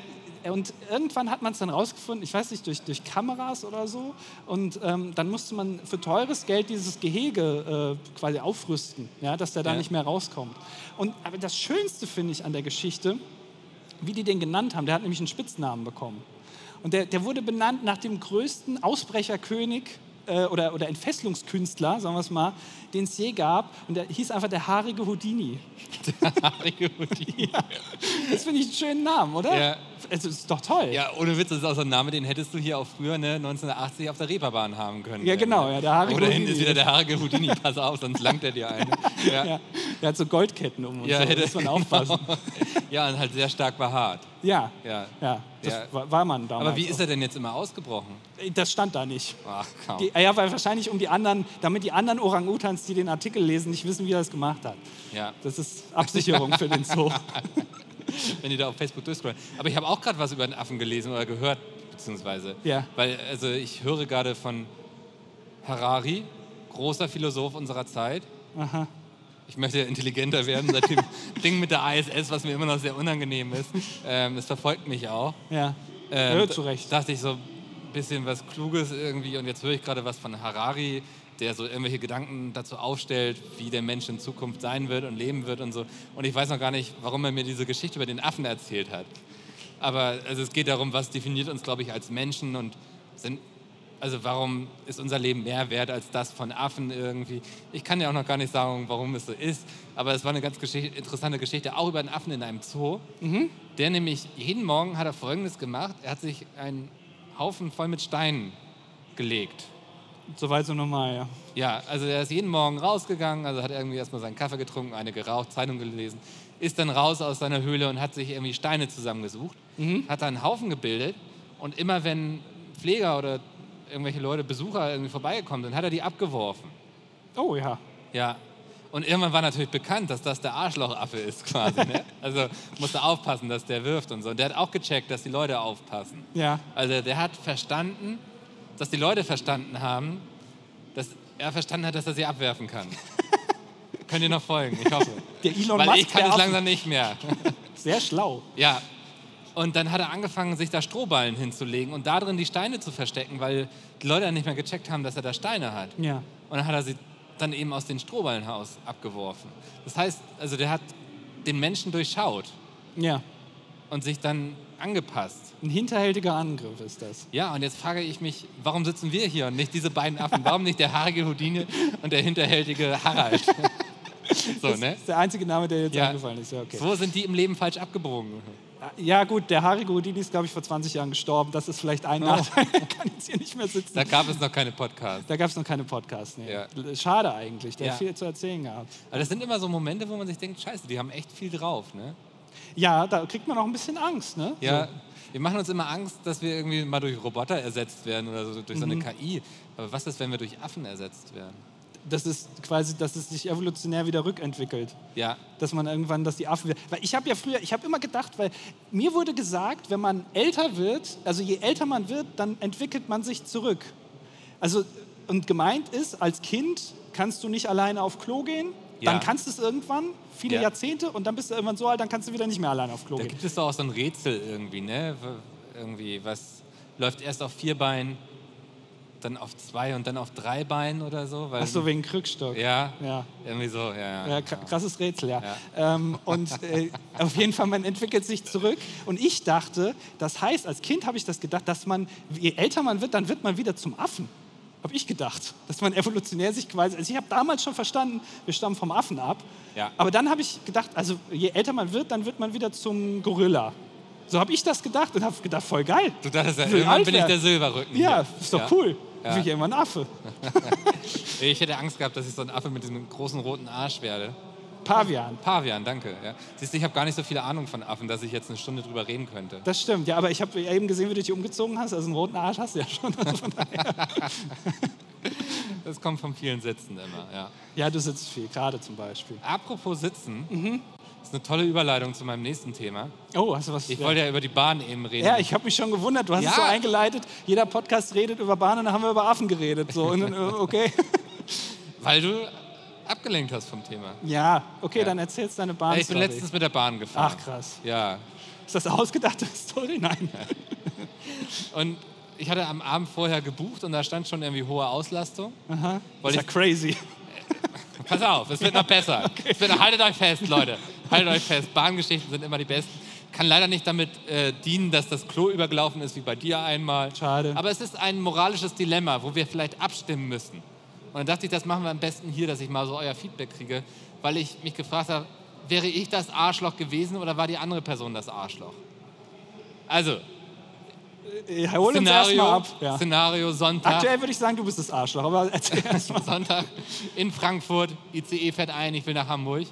und irgendwann hat man es dann rausgefunden, ich weiß nicht, durch, durch Kameras oder so. Und ähm, dann musste man für teures Geld dieses Gehege äh, quasi aufrüsten, ja, dass der da
Ja.
nicht mehr rauskommt. Und aber das Schönste finde ich an der Geschichte, wie die den genannt haben. Der hat nämlich einen Spitznamen bekommen. Und der, der wurde benannt nach dem größten Ausbrecherkönig äh, oder, oder Entfesselungskünstler, sagen wir es mal, den es je gab. Und der hieß einfach der haarige Houdini.
ja.
Das finde ich einen schönen Namen, oder?
Ja,
Also ist doch toll.
Ja, ohne Witz, das ist auch so ein Name, den hättest du hier auch früher, ne, 1980 auf der Reeperbahn haben können.
Ja, genau, ja, der Harry
Oder hinten
Houdini.
ist wieder der Haare Houdini, pass auf, sonst langt er dir ein. Ja, ja.
Ja, der hat so Goldketten um und
Ja,
so, da
hätte-
muss man aufpassen.
ja und halt sehr stark behaart.
Ja,
Ja.
ja, das
Ja.
war- war man damals.
Aber wie ist er denn jetzt immer ausgebrochen?
auch. Das stand da nicht.
Ach, kaum.
Die, ja, weil wahrscheinlich um die anderen, damit die anderen Orang-Utans, die den Artikel lesen, nicht wissen, wie er das gemacht hat.
Ja.
Das ist Absicherung für den Zoo.
wenn die da auf Facebook durchscrollen. Aber ich habe auch gerade was über den Affen gelesen oder gehört, beziehungsweise.
Ja.
Weil, also ich höre gerade von Harari, großer Philosoph unserer Zeit. Ich möchte intelligenter werden seit dem Ding mit der ISS, was mir immer noch sehr unangenehm ist. Ähm, das verfolgt mich auch.
Ja,
Ähm,
ja zu Recht.
Dachte ich so ein bisschen was Kluges irgendwie und jetzt höre ich gerade was von Harari, der so irgendwelche Gedanken dazu aufstellt, wie der Mensch in Zukunft sein wird und leben wird und so. Und ich weiß noch gar nicht, warum er mir diese Geschichte über den Affen erzählt hat. Aber also es geht darum, was definiert uns, glaube ich, als Menschen und sind, also warum ist unser Leben mehr wert als das von Affen irgendwie? Ich kann ja auch noch gar nicht sagen, warum es so ist, aber es war eine ganz Geschichte, interessante Geschichte, auch über einen Affen in einem Zoo. Der nämlich jeden Morgen hat er Folgendes gemacht: Er hat sich einen Haufen voll mit Steinen gelegt.
Soweit so normal, ja.
Ja, also er ist jeden Morgen rausgegangen, also hat irgendwie erstmal seinen Kaffee getrunken, eine geraucht, Zeitung gelesen, ist dann raus aus seiner Höhle und hat sich irgendwie Steine zusammengesucht, hat da einen Haufen gebildet und immer wenn Pfleger oder irgendwelche Leute, Besucher irgendwie vorbeigekommen sind, hat er die abgeworfen.
Oh ja.
Ja. Und irgendwann war natürlich bekannt, dass das der Arschlochaffe ist quasi. Ne? Also musste aufpassen, dass der wirft und so. Und der hat auch gecheckt, dass die Leute aufpassen.
Ja,
Also der hat verstanden, dass die Leute verstanden haben, dass er verstanden hat, dass er sie abwerfen kann. Könnt ihr noch folgen? Ich hoffe.
der Elon
Weil
Musk,
ich kann
der
es
Affen.
langsam nicht mehr.
sehr schlau.
Ja. Und dann hat er angefangen, sich da Strohballen hinzulegen und da drin die Steine zu verstecken, weil die Leute dann nicht mehr gecheckt haben, dass er da Steine hat.
Ja.
Und dann hat er sie dann eben aus dem Strohballenhaus abgeworfen. Das heißt, also der hat den Menschen durchschaut
Ja,
und sich dann angepasst.
ein hinterhältiger Angriff ist das.
Ja, und jetzt frage ich mich, warum sitzen wir hier und nicht diese beiden Affen? Warum nicht der haarige Houdini und der hinterhältige Harald? So, ne?
Das ist der einzige Name, der jetzt
Ja.
angefallen ist. Ja, okay.
Wo sind die im Leben falsch abgebogen?
ja gut, der Harry Houdini ist, glaube ich, vor 20 Jahren gestorben. Das ist vielleicht
Oh.
ein Nachteil. Er kann jetzt hier nicht mehr sitzen.
Da gab es noch keine Podcasts.
Da gab es noch keine Podcasts. Nee.
Ja.
Schade eigentlich, der
Ja.
hat viel zu erzählen gehabt.
Aber das sind immer so Momente, wo man sich denkt, scheiße, die haben echt viel drauf, ne?
Ja, da kriegt man auch ein bisschen Angst, ne?
Ja, wir machen uns immer Angst, dass wir irgendwie mal durch Roboter ersetzt werden oder so, durch so
Mhm.
eine KI. Aber was ist, wenn wir durch Affen ersetzt werden?
Das ist quasi, dass es sich evolutionär wieder rückentwickelt.
Ja,
Dass man irgendwann, dass die Affen wieder. Weil ich habe ja früher, ich habe immer gedacht, weil mir wurde gesagt, wenn man älter wird, also je älter man wird, dann entwickelt man sich zurück. Also, und gemeint ist, als Kind kannst du nicht alleine auf Klo gehen,
Ja.
dann kannst du es irgendwann, viele
Ja.
Jahrzehnte, und dann bist du irgendwann so alt, dann kannst du wieder nicht mehr alleine auf Klo
Da
gehen.
gibt es doch auch so ein Rätsel irgendwie, ne? W- Irgendwie, was läuft erst auf vier Beinen, dann auf zwei und dann auf drei Beinen oder so? Weil,
Ach so, wegen Krückstock.
ja,
Ja.
irgendwie so, ja.
Ja,
ja.
kr- krasses Rätsel, ja. Ähm, und äh, auf jeden Fall, man entwickelt sich zurück. Und ich dachte, das heißt, als Kind habe ich das gedacht, dass man, je älter man wird, dann wird man wieder zum Affen. Habe ich gedacht. Dass man evolutionär sich quasi. Also ich habe damals schon verstanden, wir stammen vom Affen ab.
Ja.
Aber dann habe ich gedacht, also je älter man wird, dann wird man wieder zum Gorilla. So habe ich das gedacht und habe gedacht, voll geil.
Du dachtest ja,
Will
irgendwann
alt
bin ich der
werden.
Silberrücken.
Ja,
hier.
ist doch
Ja.
cool.
Ja.
Bin ich irgendwann ein Affe.
Ich hätte Angst gehabt, dass ich so ein Affe mit diesem großen roten Arsch werde.
Pavian.
Pavian, danke. Ja. Siehst du, ich habe gar nicht so viel Ahnung von Affen, dass ich jetzt eine Stunde drüber reden könnte.
Das stimmt, ja, aber ich habe eben gesehen, wie du dich umgezogen hast. Also einen roten Arsch hast du ja schon.
Das kommt von vielen Sätzen immer, ja.
Ja, du sitzt viel, gerade zum Beispiel.
Apropos Sitzen,
Mhm.
das ist eine tolle Überleitung zu meinem nächsten Thema.
Oh, hast du was?
Ich wollte ja über die Bahn eben reden.
ja, ich habe mich schon gewundert. Du hast es
Ja.
so eingeleitet. Jeder Podcast redet über Bahnen, dann haben wir über Affen geredet. So. Und, dann, äh, okay.
Weil du abgelenkt hast vom Thema.
Ja, okay,
Ja.
dann erzählst deine Bahn.
ich bin letztens mit der Bahn gefahren.
Ach, krass.
Ja.
Ist das eine ausgedachte Story? Nein.
Und ich hatte am Abend vorher gebucht und da stand schon irgendwie hohe Auslastung.
Aha. Ist
Wollte
ja crazy.
Pass auf, es wird noch besser. Es wird, haltet euch fest, Leute. Haltet euch fest. Bahngeschichten sind immer die besten. Kann leider nicht damit äh, dienen, dass das Klo übergelaufen ist, wie bei dir einmal.
Schade.
Aber es ist ein moralisches Dilemma, wo wir vielleicht abstimmen müssen. Und dann dachte ich, das machen wir am besten hier, dass ich mal so euer Feedback kriege, weil ich mich gefragt habe, wäre ich das Arschloch gewesen oder war die andere Person das Arschloch? Also,
Äh, Hol uns
Szenario,
erstmal ab. Ja.
Szenario Sonntag.
Aktuell würde ich sagen, du bist das Arschloch, aber erzähl erst mal.
Sonntag in Frankfurt. ICE fährt ein, ich will nach Hamburg.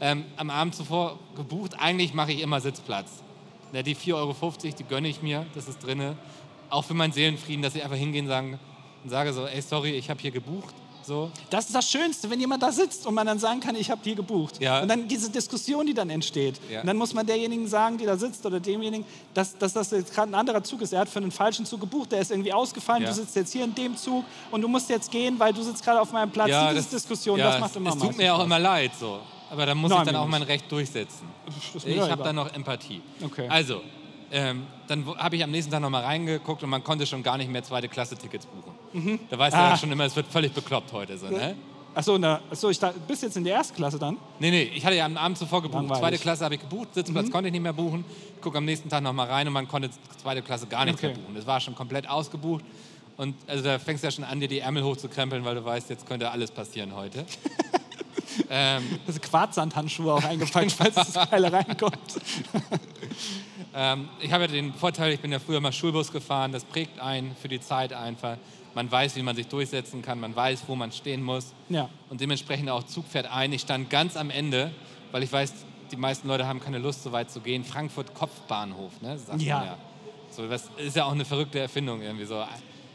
Ähm, am Abend zuvor gebucht. Eigentlich mache ich immer Sitzplatz. Na, die 4,50 Euro, die gönne ich mir, das ist drinne. Auch für meinen Seelenfrieden, dass ich einfach hingehen sagen, und sage so, ey, sorry, ich habe hier gebucht. So.
Das ist das Schönste, wenn jemand da sitzt und man dann sagen kann, ich habe dir gebucht.
Ja.
Und dann diese Diskussion, die dann entsteht.
Ja.
Und dann muss man derjenigen sagen, die da sitzt oder demjenigen, dass, dass das jetzt gerade ein anderer Zug ist. Er hat für einen falschen Zug gebucht, der ist irgendwie ausgefallen,
Ja.
du sitzt jetzt hier in dem Zug und du musst jetzt gehen, weil du sitzt gerade auf meinem Platz. Ja, diese Diskussion,
ja,
das macht immer
Es tut
meistens
mir auch
Spaß.
immer leid, so. Aber da muss
Nein,
ich dann
mir
auch
nicht.
mein Recht durchsetzen.
Ist mir
Ich
doch
habe
egal.
dann noch Empathie.
Okay.
Also, ähm, dann habe ich am nächsten Tag nochmal reingeguckt und man konnte schon gar nicht mehr zweite Klasse Tickets buchen. Da weißt du
Ah.
dann schon immer, es wird völlig bekloppt heute. So, ne?
Achso, na, achso, ich dachte, bist jetzt in der Erstklasse dann?
Nee, nee, ich hatte ja am Abend zuvor gebucht.
Langweilig. Mhm.
Zweite Klasse habe ich gebucht, Sitzplatz konnte ich nicht mehr buchen. Gucke am nächsten Tag nochmal rein und man konnte zweite Klasse gar nichts
Okay.
mehr buchen. Das war schon komplett ausgebucht. Und also da fängst du ja schon an, dir die Ärmel hochzukrempeln, weil du weißt, jetzt könnte alles passieren heute.
Hast du Quarzsandhandschuhe auch eingepackt, falls das Teil reinkommt?
Ähm, ich habe ja den Vorteil, ich bin ja früher mal Schulbus gefahren, das prägt einen für die Zeit einfach. Man weiß, wie man sich durchsetzen kann, man weiß, wo man stehen muss.
Ja.
Und dementsprechend auch Zug fährt ein. Ich stand ganz am Ende, weil ich weiß, die meisten Leute haben keine Lust, so weit zu gehen. Frankfurt Kopfbahnhof, ne? Sagt
Ja.
Man ja. So, das ist ja auch eine verrückte Erfindung irgendwie so.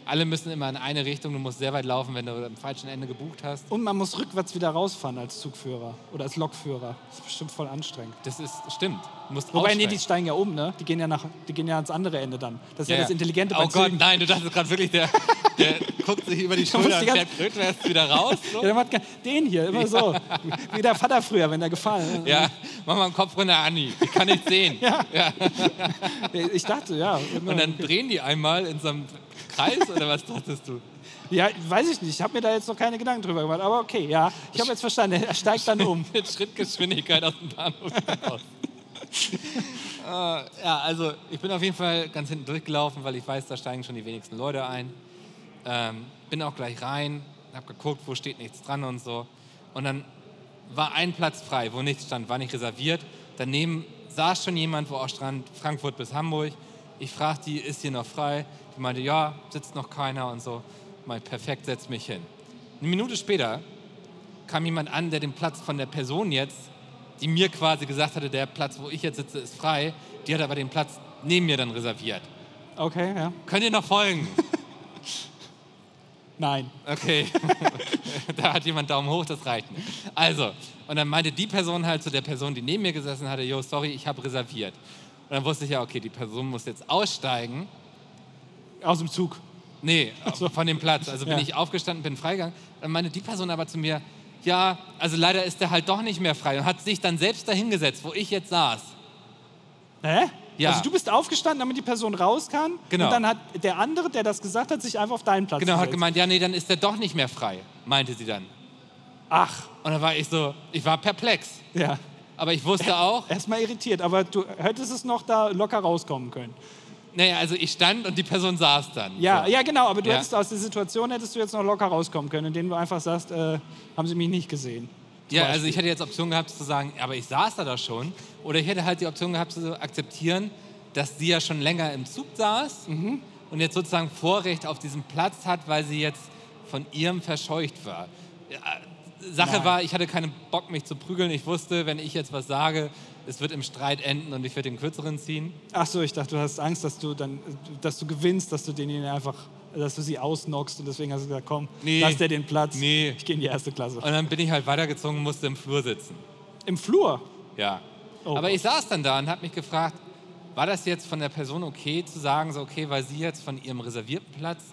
Alle müssen immer in eine Richtung, du musst sehr weit laufen, wenn du am falschen Ende gebucht hast.
Und man muss rückwärts wieder rausfahren als Zugführer oder als Lokführer. Das ist bestimmt voll anstrengend.
Das ist stimmt. Du musst
Wobei, nee,
aussteigen.
die steigen ja um, ne? Die gehen ja, nach, die gehen ja ans andere Ende dann. Das ist ja,
Ja,
das
ja.
Intelligente bei
Oh Gott,
Zügen.
nein, du dachtest gerade wirklich, der, der guckt sich über die
musst
Schulter
die
und
ganze-
fährt rückwärts wieder raus.
Ja,
So.
der macht ge- den hier, immer so. Wie der Vater früher, wenn der gefallen
Ja, mach mal den Kopf runter, Anni. Ich kann nicht sehen.
Ich dachte, ja.
Und dann drehen die einmal in so einem Kreis oder was dachtest du?
Ja, weiß ich nicht. Ich habe mir da jetzt noch keine Gedanken drüber gemacht. Aber okay, ja. Ich habe jetzt verstanden. Er steigt dann um.
Mit Schrittgeschwindigkeit aus dem Bahnhof raus. äh, ja, also ich bin auf jeden Fall ganz hinten durchgelaufen, weil ich weiß, da steigen schon die wenigsten Leute ein. Ähm, bin auch gleich rein, hab geguckt, wo steht nichts dran und so. Und dann war ein Platz frei, wo nichts stand, war nicht reserviert. Daneben saß schon jemand, wo auch stand, Frankfurt bis Hamburg. Ich fragte die, ist hier noch frei? Die meinte, ja, sitzt noch keiner und so. Mein perfekt, setz mich hin. Eine Minute später kam jemand an, der den Platz von der Person jetzt, die mir quasi gesagt hatte, der Platz, wo ich jetzt sitze, ist frei. Die hat aber den Platz neben mir dann reserviert.
Okay, ja.
Könnt ihr noch folgen?
Nein.
Okay. da hat jemand Daumen hoch, das reicht nicht. Also, und dann meinte die Person halt zu der Person, die neben mir gesessen hatte, yo, sorry, ich habe reserviert. Und dann wusste ich ja, okay, die Person muss jetzt aussteigen.
Aus dem Zug.
Nee, von dem Platz. Also bin
Ja.
ich aufgestanden, bin freigegangen. Dann meinte die Person aber zu mir, ja, also leider ist der halt doch nicht mehr frei und hat sich dann selbst dahingesetzt, wo ich jetzt saß.
Hä?
Ja.
Also du bist aufgestanden, damit die Person raus kann.
Genau.
Und dann hat der andere, der das gesagt hat, sich einfach auf deinen Platz
Genau, hat
gesetzt.
gemeint, ja, nee, dann ist der doch nicht mehr frei, meinte sie dann.
Ach,
Und dann war ich so, ich war perplex.
ja.
Aber ich wusste auch,
Erstmal irritiert, aber du hättest es noch da locker rauskommen können.
naja, also ich stand und die Person saß dann.
Ja,
so.
ja, genau, aber du
Ja.
hättest aus der Situation hättest du jetzt noch locker rauskommen können, indem du einfach sagst, äh, haben sie mich nicht gesehen.
Ja,
Beispiel.
also ich hätte jetzt Option gehabt zu sagen, aber ich saß da doch schon. Oder ich hätte halt die Option gehabt zu akzeptieren, dass sie ja schon länger im Zug saß
Mhm.
und jetzt sozusagen Vorrecht auf diesen Platz hat, weil sie jetzt von ihrem verscheucht war. Ja, Sache
Nein.
war, ich hatte keinen Bock, mich zu prügeln. Ich wusste, wenn ich jetzt was sage, es wird im Streit enden und ich werde den Kürzeren ziehen.
Ach so, ich dachte, du hast Angst, dass du dann, dass du gewinnst, dass du denjenigen einfach, dass du sie ausnockst und deswegen hast du gesagt, komm,
Nee.
lass dir den Platz.
Nee.
Ich gehe in die erste Klasse.
Und dann bin ich halt weitergezogen und musste im Flur sitzen.
Im Flur.
Ja.
Oh
Aber
Gott.
ich saß dann da und habe mich gefragt, war das jetzt von der Person okay zu sagen, so okay, weil sie jetzt von ihrem reservierten Platz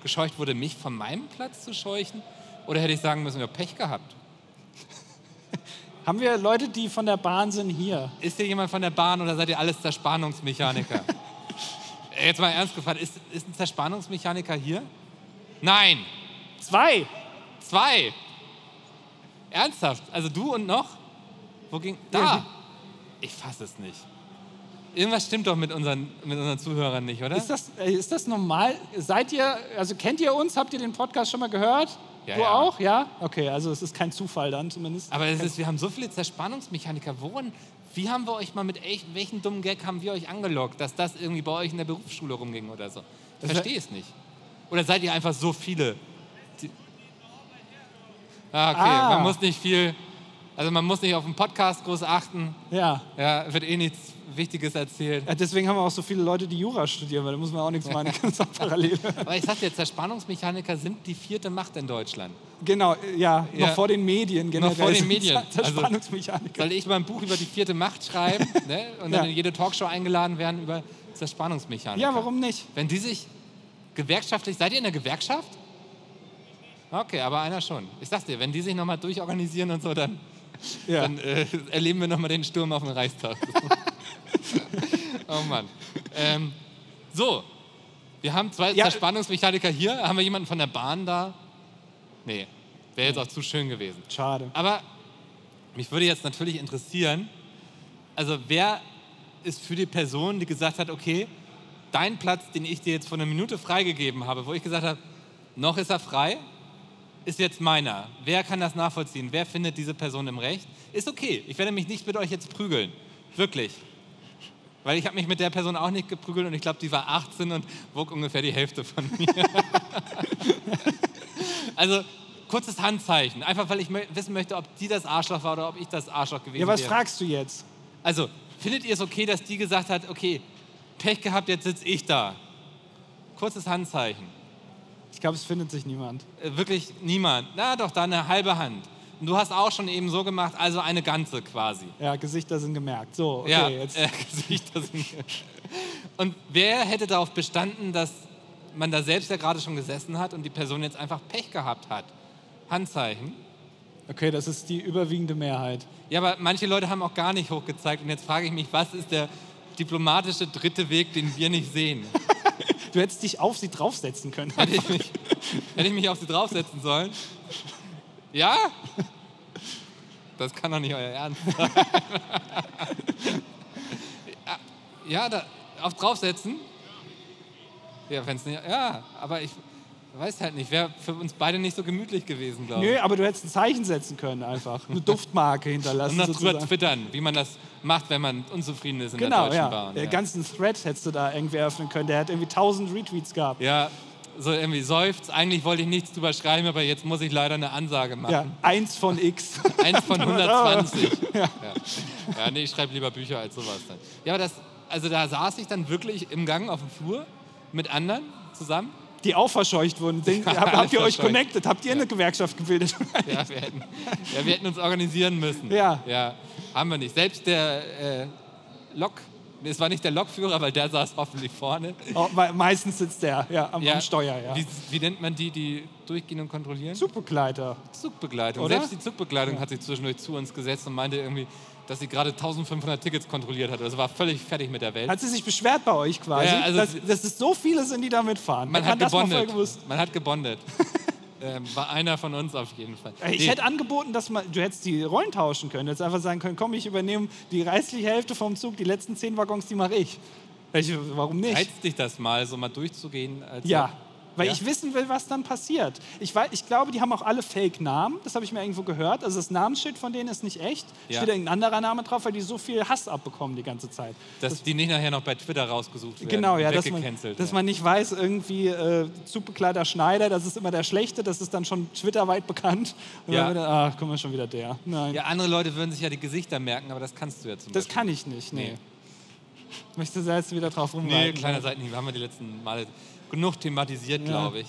gescheucht wurde, mich von meinem Platz zu scheuchen? Oder hätte ich sagen müssen, wir Pech gehabt?
Haben wir Leute, die von der Bahn sind hier?
Ist hier jemand von der Bahn oder seid ihr alles Zerspanungsmechaniker? jetzt mal ernst gefragt, ist, ist ein Zerspanungsmechaniker hier? Nein,
Zwei.
zwei. Ernsthaft? Also du und noch? Wo ging. Da! Ich fasse es nicht. Irgendwas stimmt doch mit unseren, mit unseren Zuhörern nicht, oder?
Ist das, äh, ist das normal? Seid ihr, also kennt ihr uns? Habt ihr den Podcast schon mal gehört?
Ja,
du
ja. Ah.
auch? Ja? Okay, also es ist kein Zufall dann zumindest.
Aber es ist, wir haben so viele Zerspannungsmechaniker. Woran, Wie haben wir euch mal mit echt, welchen dummen Gag haben wir euch angelockt, dass das irgendwie bei euch in der Berufsschule rumging oder so? Ich
Das wär-
verstehe es nicht. Oder seid ihr einfach so viele? die- Ah, okay,
Ah.
man muss nicht viel, also man muss nicht auf den Podcast groß achten.
Ja.
Ja, wird eh nichts Wichtiges erzählt.
ja. Deswegen haben wir auch so viele Leute, die Jura studieren, weil da muss man auch nichts machen, die ganze Zeit parallel.
Aber ich sag dir, Zerspannungsmechaniker sind die vierte Macht in Deutschland.
Genau, äh, ja,
Ja.
noch vor den Medien generell.
vor den
sind
Medien.
es halt
Also-
Spannungsmechaniker.
Soll ich mal ein Buch über die vierte Macht schreiben ne? und dann
Ja.
in jede Talkshow eingeladen werden über Zerspannungsmechaniker?
ja, warum nicht?
Wenn die sich gewerkschaftlich, seid ihr in der Gewerkschaft? Okay, aber einer schon. Ich sag's dir, wenn die sich nochmal durchorganisieren und so, dann,
Ja.
dann äh, erleben wir nochmal den Sturm auf den Reichstag. oh Mann. Ähm, so, wir haben zwei
Ja.
Zerspannungsmechaniker hier. Haben wir jemanden von der Bahn da? Nee, wäre jetzt auch zu schön gewesen.
Schade.
Aber mich würde jetzt natürlich interessieren, also wer ist für die Person, die gesagt hat, okay, dein Platz, den ich dir jetzt vor einer Minute freigegeben habe, wo ich gesagt habe, noch ist er frei, ist jetzt meiner. Wer kann das nachvollziehen? Wer findet diese Person im Recht? Ist okay, ich werde mich nicht mit euch jetzt prügeln. Wirklich. Weil ich habe mich mit der Person auch nicht geprügelt und ich glaube, die war 18 und wog ungefähr die Hälfte von mir. also kurzes Handzeichen, einfach weil ich mö- wissen möchte, ob die das Arschloch war oder ob ich das Arschloch gewesen
Ja, was
wäre.
fragst du jetzt?
Also, findet ihr es okay, dass die gesagt hat, okay, Pech gehabt, jetzt sitze ich da? Kurzes Handzeichen.
Ich glaube, es findet sich niemand.
Äh, wirklich niemand. Na doch, da eine halbe Hand. Und du hast auch schon eben so gemacht, also eine ganze quasi.
Ja, Gesichter sind gemerkt. So, okay,
ja,
jetzt.
äh, Gesichter sind. Und wer hätte darauf bestanden, dass man da selbst ja gerade schon gesessen hat und die Person jetzt einfach Pech gehabt hat? Handzeichen.
Okay, das ist die überwiegende Mehrheit.
Ja, aber manche Leute haben auch gar nicht hochgezeigt. Und jetzt frage ich mich, was ist der diplomatische dritte Weg, den wir nicht sehen?
Du hättest dich auf sie draufsetzen können.
Hätte ich mich, hätte ich mich auf sie draufsetzen sollen? Ja? Das kann doch nicht euer Ernst sein. Ja, da, auf draufsetzen? Ja, wenn es nicht. Ja, aber ich weiß halt nicht, wäre für uns beide nicht so gemütlich gewesen, glaube
Nö,
ich.
aber du hättest ein Zeichen setzen können einfach. Eine Duftmarke
Und
hinterlassen
Um noch drüber
sozusagen.
twittern, wie man das macht, wenn man unzufrieden ist in
Genau,
der Deutschen
ja.
Bahn.
Den ganzen Thread hättest du da irgendwie eröffnen können. Der hat irgendwie 1000 Retweets gehabt.
ja, so irgendwie seufzt. Eigentlich wollte ich nichts drüber schreiben, aber jetzt muss ich leider eine Ansage machen.
Ja, eins von X.
Eins von 120. ja. ja, nee, ich schreibe lieber Bücher als sowas dann. Ja, aber das, also da saß ich dann wirklich im Gang auf dem Flur mit anderen zusammen.
Die auch verscheucht wurden. Den, hab, habt
alles
ihr euch
verscheucht.
connected? Habt ihr eine Gewerkschaft gebildet?
Ja, wir hätten, ja, wir hätten uns organisieren müssen.
Ja.
ja. Haben wir nicht. Selbst der äh, Lok, nee, es war nicht der Lokführer, weil der saß hoffentlich vorne.
oh, me- meistens sitzt der ja, am,
Ja,
am Steuer. Ja.
Wie, wie nennt man die, die durchgehen und kontrollieren?
Zugbegleiter.
Zugbegleitung.
Oder?
Selbst die Zugbegleitung hat sich zwischendurch zu uns gesetzt und meinte irgendwie, dass sie gerade 1500 Tickets kontrolliert hat. Also war völlig fertig mit der Welt.
Hat sie sich beschwert bei euch quasi,
Ja, also
dass,
sie-
dass es so viele sind, die da mitfahren?
Man
Hätte
hat
das mal vorher
gebondet.
gewusst.
Man hat gebondet. ähm, war einer von uns auf jeden Fall.
Ey, Ich
Nee,
hätte angeboten, dass man, du hättest die Rollen tauschen können. Du hättest einfach sagen können, komm, ich übernehme die restliche Hälfte vom Zug, die letzten zehn Waggons, die mache ich. ich warum nicht?
reizt dich das mal, so mal durchzugehen? Als
Ja, weil
Ja?
ich wissen will, was dann passiert. Ich, wei- ich glaube, die haben auch alle Fake-Namen. Das habe ich mir irgendwo gehört. Also das Namensschild von denen ist nicht echt.
Ja.
Steht irgendein anderer Name drauf, weil die so viel Hass abbekommen die ganze Zeit.
Dass die nicht nachher noch bei Twitter rausgesucht werden.
Genau, ja,
und
dass man,
weggecancelt
dass
werden.
man nicht weiß, irgendwie äh, Zugbegleiter Schneider, das ist immer der Schlechte, das ist dann schon twitterweit bekannt. Und
Ja.
dann wieder, ach, guck mal, schon wieder der. Nein,
Ja, andere Leute würden sich ja die Gesichter merken, aber das kannst du ja zum
das
Beispiel.
kann ich nicht, nee.
Nee.
Möchtest du da jetzt wieder drauf
Nee,
rumreiten?
kleiner Seitenhieb, haben wir die letzten Male genug thematisiert, glaube ich.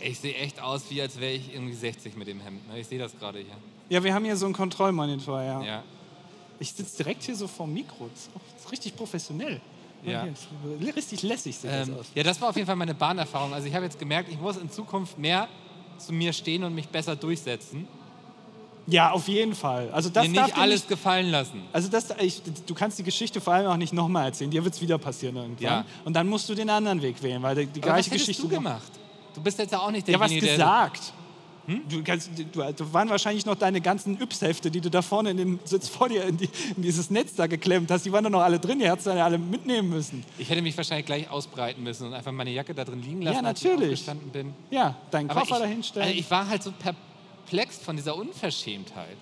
Ey, Ich sehe echt aus, wie als wäre ich irgendwie 60 mit dem Hemd. ne? Ich sehe das gerade hier.
Ja, wir haben hier so einen Kontrollmonitor, ja.
Ja.
Ich sitze direkt hier so vorm Mikro. Das ist, auch, das ist richtig professionell.
Ja.
Hier ist- Richtig lässig sieht
Ähm,
das aus.
ja, das war auf jeden Fall meine Bahnerfahrung. Also ich habe jetzt gemerkt, ich muss in Zukunft mehr zu mir stehen und mich besser durchsetzen.
Ja, auf jeden Fall. Also das
mir
darf
nicht
dir
alles gefallen lassen.
Also das, ich, du kannst die Geschichte vor allem auch nicht nochmal erzählen. Dir wird es wieder passieren irgendwann.
Ja.
Und dann musst du den anderen Weg wählen, weil die, die
Aber was
gleiche
hättest
Geschichte.
du gemacht? Du bist jetzt ja auch nicht
Ja, was
derjenige,
gesagt.
Hm?
Du kannst, du, du waren wahrscheinlich noch deine ganzen Yps-Hefte, die du da vorne in den Sitz vor dir in, die, in dieses Netz da geklemmt hast. Die waren doch noch alle drin. Die hättest du dann ja alle mitnehmen müssen.
der... Ich hätte mich wahrscheinlich gleich ausbreiten müssen und einfach meine Jacke da drin liegen lassen, als ich
natürlich.
aufgestanden bin.
Ja, deinen
Aber
Koffer
ich,
da hinstellen.
Also ich war halt so perplex von dieser Unverschämtheit,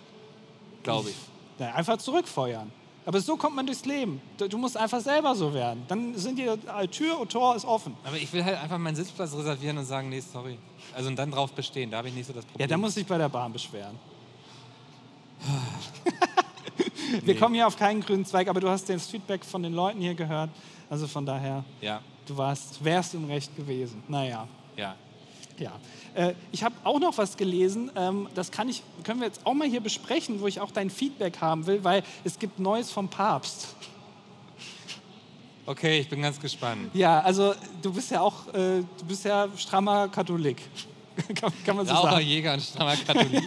glaube ich.
Na, einfach zurückfeuern. Aber so kommt man durchs Leben. Du musst einfach selber so werden. Dann sind die äh, Tür und Tor ist offen.
Aber ich will halt einfach meinen Sitzplatz reservieren und sagen, nee, sorry. Also und dann drauf bestehen, da habe ich nicht so das Problem.
Ja, dann muss ich bei der Bahn beschweren. Wir kommen hier auf keinen grünen Zweig, aber du hast das Feedback von den Leuten hier gehört. Also von daher,
ja,
du warst, wärst im Recht gewesen. Naja,
ja.
ja. Äh, ich habe auch noch was gelesen, ähm, das kann ich, können wir jetzt auch mal hier besprechen, wo ich auch dein Feedback haben will, weil es gibt Neues vom Papst.
Okay, ich bin ganz gespannt.
Ja, also du bist ja auch, äh, du bist ja strammer Katholik. kann, kann man so
Sauber
sagen.
Jäger und strammer Katholik.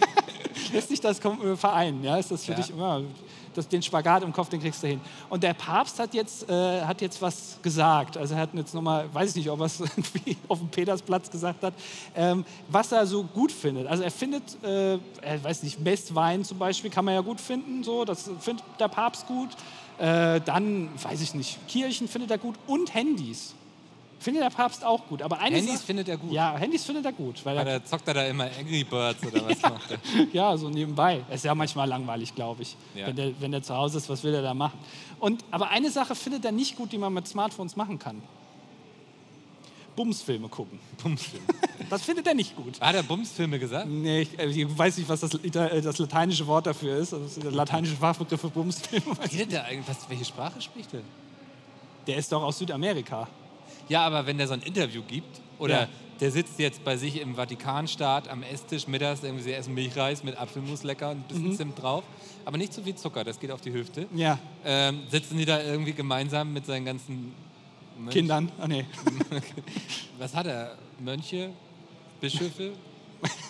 lässt sich das kom- äh, vereinen. Ja? Ist das für
Ja.
dich immer das, den Spagat im Kopf, den kriegst du hin. Und der Papst hat jetzt, äh, hat jetzt was gesagt. Also er hat jetzt nochmal, weiß ich nicht, ob er es irgendwie auf dem Petersplatz gesagt hat, ähm, was er so gut findet. Also er findet, äh, er weiß nicht, Messwein zum Beispiel kann man ja gut finden, so, das findet der Papst gut. Äh, dann, weiß ich nicht, Kirchen findet er gut und Handys. Findet der Papst auch gut. Aber eine
Handys
Sache-
findet er gut.
Ja, Handys findet er gut, weil er
Oder zockt er da immer Angry Birds oder was macht er?
ja, so nebenbei. Ist ja manchmal langweilig, glaube ich.
Ja.
Wenn, der, wenn der zu Hause ist, was will er da machen? Und, aber eine Sache findet er nicht gut, die man mit Smartphones machen kann. Bumsfilme gucken.
Bumsfilme.
Das findet er nicht gut.
Hat er Bumsfilme gesagt?
Nee, ich, äh, ich weiß nicht, was das, Ita- äh, das lateinische Wort dafür ist. Also der lateinische Fachbegriff für Bumsfilme.
Redet der eigentlich, was, welche Sprache spricht er?
Der ist doch aus Südamerika.
Ja, aber wenn der so ein Interview gibt oder
Ja.
der sitzt jetzt bei sich im Vatikanstaat am Esstisch mittags, irgendwie sie essen Milchreis mit Apfelmus lecker und ein bisschen
Mhm.
Zimt drauf, aber nicht zu viel Zucker, das geht auf die Hüfte.
Ja,
Ähm, sitzen die da irgendwie gemeinsam mit seinen ganzen Mönchen?
Kindern. Ah, nee.
Was hat er? Mönche? Bischöfe?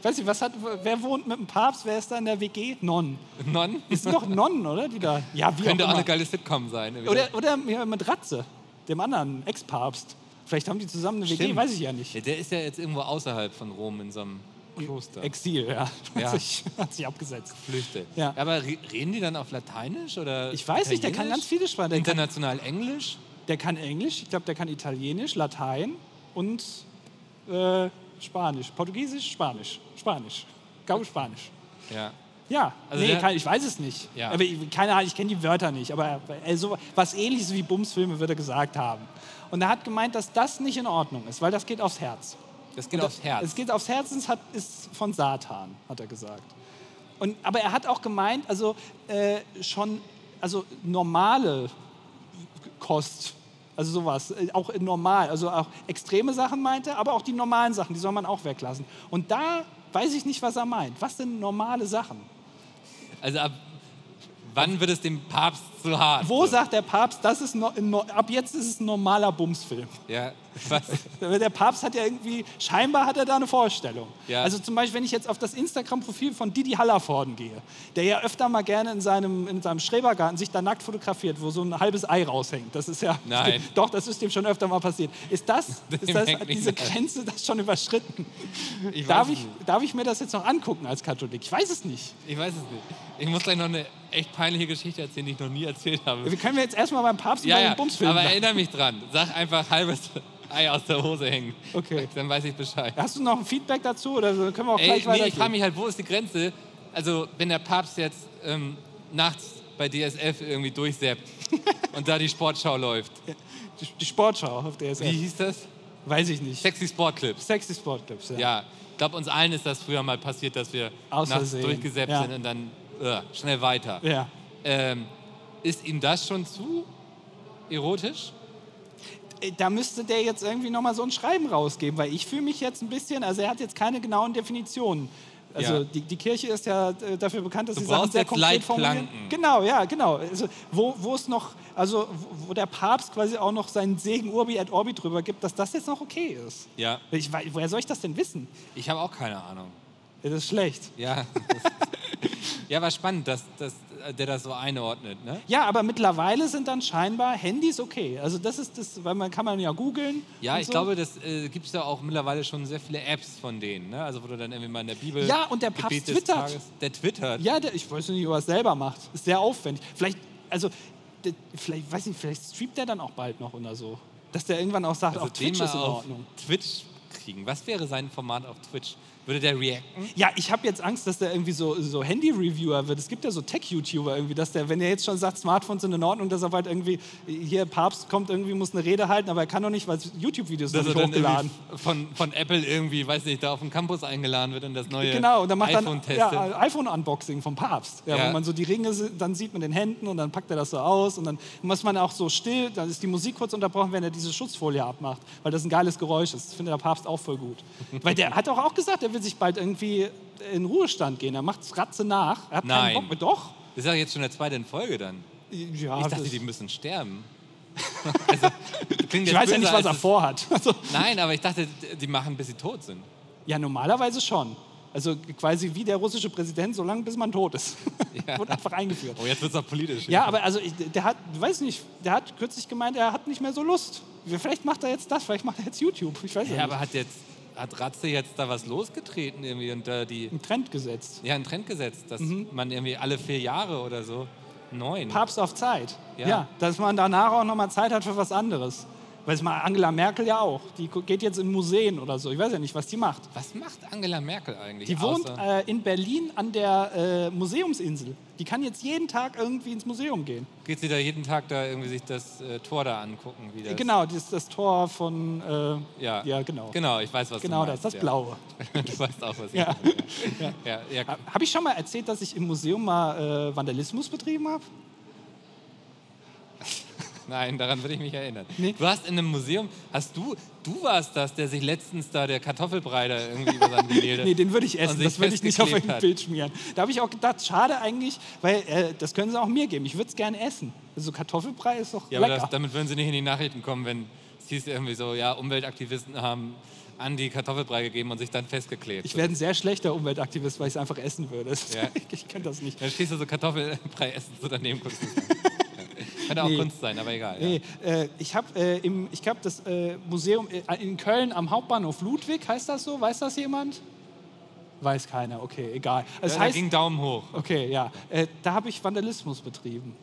Ich weiß nicht, was hat, wer wohnt mit dem Papst? Wer ist da in der WG? Nonnen.
Nonnen?
Es sind doch Nonnen, oder? Die da. Ja, wie
Könnte auch
auch immer.
eine geile Sitcom sein. irgendwie.
Oder, oder ja, mit Ratze, dem anderen Ex-Papst. Vielleicht haben die zusammen eine WG,
Stimmt.
weiß ich ja nicht.
Ja, der ist ja jetzt irgendwo außerhalb von Rom in so einem Kloster.
Exil, ja.
Ja.
Hat, sich, hat sich abgesetzt.
Flüchte.
Ja.
Aber re- reden die dann auf Lateinisch oder
Ich weiß nicht, der kann ganz
Italienisch?
viele Sprachen. Der, kann-
International Englisch?
der kann Englisch, ich glaube, der kann Italienisch, Latein und äh, Spanisch. Portugiesisch, Spanisch. Spanisch. Ich glaube, Spanisch.
Ja.
Ja,
Also
nee,
der-
kann, ich weiß es nicht.
Ja.
Aber ich, keine Ahnung, ich kenne die Wörter nicht. Aber äh, so, was ähnliches wie Bumsfilme wird er gesagt haben. Und er hat gemeint, dass das nicht in Ordnung ist, weil das geht aufs Herz.
Das geht
Und
aufs Herz.
Es geht aufs Herz und es hat, ist von Satan, hat er gesagt. Und, aber er hat auch gemeint, also äh, schon, also normale Kost, also sowas, äh, auch in normal, also auch extreme Sachen meinte, aber auch die normalen Sachen, die soll man auch weglassen. Und da weiß ich nicht, was er meint. Was sind normale Sachen?
also ab wann wird es dem Papst zu hart?
Wo
so?
sagt der Papst, das ist no, no, ab jetzt ist es ein normaler Bumsfilm?
Ja, was?
Der Papst hat ja irgendwie, scheinbar hat er da eine Vorstellung.
Ja.
Also zum Beispiel, wenn ich jetzt auf das Instagram-Profil von Didi Hallervorden gehe, der ja öfter mal gerne in seinem, in seinem Schrebergarten sich da nackt fotografiert, wo so ein halbes Ei raushängt. Das ist ja,
Nein.
doch, das ist dem schon öfter mal passiert. Ist das, ist das
hängt nicht
diese
mehr.
Grenze das schon überschritten?
Ich
Darf
weiß es
ich,
nicht.
darf ich mir das jetzt noch angucken als Katholik? Ich weiß es nicht.
Ich weiß es nicht. Ich muss gleich noch eine echt peinliche Geschichte erzählen, die ich noch nie erzählt habe.
Wir können wir jetzt erstmal beim Papst
Ja,
über
ja,
den Bumsfilm
aber
bleiben.
erinnere mich dran. Sag einfach halbes Ei aus der Hose hängen.
Okay.
Dann weiß ich Bescheid.
Hast du noch ein Feedback dazu oder so? können wir auch
Ey,
gleich
nee, ich frage
weitergehen?
mich halt, wo ist die Grenze? Also, wenn der Papst jetzt ähm, nachts bei DSF irgendwie durchseppt und da die Sportschau läuft.
Die, die Sportschau auf der
Wie
DSF.
hieß das?
Weiß ich nicht.
Sexy Sportclips.
Sexy Sportclips, ja.
Ja, ich glaube, uns allen ist das früher mal passiert, dass wir
Aus
nachts
Versehen,
durchgesäppt
ja.
sind und dann äh, schnell weiter.
ja.
Ähm, ist ihm das schon zu erotisch?
da müsste der jetzt irgendwie nochmal so ein Schreiben rausgeben, weil ich fühle mich jetzt ein bisschen, also er hat jetzt keine genauen Definitionen. Also
Ja.
die, die Kirche ist ja äh, dafür bekannt, dass
Du
sie Sachen
brauchst
sehr
jetzt
konkret formulieren.
Leitplanken.
Genau, ja, genau. Also wo, wo es noch, also wo- wo der Papst quasi auch noch seinen Segen Urbi et Orbi drüber gibt, dass das jetzt noch okay ist.
Ja.
Ich, wei- woher soll ich das denn wissen?
Ich habe auch keine Ahnung.
Das ist schlecht.
Ja. ja, war spannend, dass, dass äh, der das so einordnet, ne?
Ja, aber mittlerweile sind dann scheinbar Handys okay. Also das ist das, weil man kann man ja googeln.
Ja,
und
ich
so.
glaube, das äh, gibt es ja auch mittlerweile schon sehr viele Apps von denen, ne? Also wo du dann irgendwie mal in der Bibel.
Ja, und der Papst
Gebet des
twittert.
Tages- Der twittert.
Ja, der, ich weiß nicht, ob er es selber macht. Ist sehr aufwendig. Vielleicht, also, der, vielleicht, weiß nicht, vielleicht streamt er dann auch bald noch oder so. Dass der irgendwann auch sagt,
Also
auch Twitch
den mal
ist in
auf
Ordnung.
Twitch kriegen. Was wäre sein Format auf Twitch? Würde der reacten?
Ja, ich habe jetzt Angst, dass der irgendwie so, so Handy-Reviewer wird. Es gibt ja so Tech-YouTuber irgendwie, dass der, wenn er jetzt schon sagt, Smartphones sind in Ordnung, dass er bald irgendwie, hier Papst kommt, irgendwie muss eine Rede halten, aber er kann doch nicht, weil es YouTube-Videos noch
Dass er
nicht
Also dann
hochgeladen.
irgendwie von, von Apple irgendwie, weiß nicht, da auf den Campus eingeladen wird und das neue
Genau, und dann macht
iPhone
dann
testet.
ja, äh, iPhone-Unboxing vom Papst. Ja,
Ja.
Wo man so die Ringe, si- dann sieht man den Händen und dann packt er das so aus und dann muss man auch so still, dann ist die Musik kurz unterbrochen, wenn er diese Schutzfolie abmacht, weil das ein geiles Geräusch ist. Das findet der Papst auch voll gut. weil der hat auch, auch gesagt, er will sich bald irgendwie in Ruhestand gehen. Er macht Ratze nach. Er hat
Nein.
keinen Bock mehr. Doch.
Das ist ja jetzt schon der zweite in Folge dann.
Ja,
Ich
das-
dachte, die müssen sterben. also,
ich weiß ja nicht, was er vorhat. Also,
Nein, aber ich dachte, die machen, bis sie tot sind.
ja, normalerweise schon. Also quasi wie der russische Präsident, so lange bis man tot ist. Wurde einfach eingeführt.
Oh, jetzt wird es auch politisch.
Ja, aber also ich, der hat, weiß nicht, der hat kürzlich gemeint, er hat nicht mehr so Lust. Vielleicht macht er jetzt das, vielleicht macht er jetzt YouTube. Ich weiß ja,
Ja,
nicht.
aber hat jetzt hat Ratze jetzt da was losgetreten irgendwie und da die
Einen Trend gesetzt.
ja einen Trend gesetzt, dass
Mhm.
man irgendwie alle vier Jahre oder so neun.
Papst auf Zeit.
Ja.
Ja. dass man danach auch nochmal Zeit hat für was anderes. Weiß mal, Angela Merkel ja auch. Die gu- geht jetzt in Museen oder so. Ich weiß ja nicht, was die macht.
was macht Angela Merkel eigentlich?
Die wohnt
außer-
äh, in Berlin an der äh, Museumsinsel. Die kann jetzt jeden Tag irgendwie ins Museum gehen.
geht sie da jeden Tag da irgendwie sich das äh, Tor da angucken wie das,
Genau, das ist das Tor von. Äh,
Ja.
ja, genau.
Genau, ich weiß was.
Genau
du
das,
meinst,
das
ja.
Blaue.
du weißt auch was.
Ja. Ah.
Ich meine, ja. Ja, ja.
Habe Äh, ich schon mal erzählt, dass ich im Museum mal äh, Vandalismus betrieben habe?
Nein, daran würde ich mich erinnern.
Nee.
Du hast in einem Museum, hast du, du warst das, der sich letztens da der Kartoffelbrei da irgendwie über sein Gemälde.
Nee, den würde ich
Und
essen.
sich
Das würde ich nicht auf
festgeklebt
ein
hat.
Bild schmieren. Da habe ich auch gedacht, schade eigentlich, weil äh, das können sie auch mir geben. Ich würde es gerne essen. Also Kartoffelbrei ist doch
Ja, aber
lecker.
das, damit würden sie nicht in die Nachrichten kommen, wenn es hieß irgendwie so, ja, Umweltaktivisten haben an die Kartoffelbrei gegeben und sich dann festgeklebt.
ich werde ein sehr schlechter Umweltaktivist, weil ich es einfach essen würde.
Ja.
ich könnte das nicht.
dann stehst du so Kartoffelbrei essen so daneben guckst. du. Ja. Könnte auch
Nee.
Kunst sein, aber egal. Ja.
Nee, äh, ich habe äh, im- ich hab das äh, Museum äh, in Köln am Hauptbahnhof Ludwig, heißt das so? Weiß das jemand? Weiß keiner, okay, egal. Also
Das
Es
da
heißt,
ging Daumen hoch.
Okay, ja. Äh, da habe ich Vandalismus betrieben.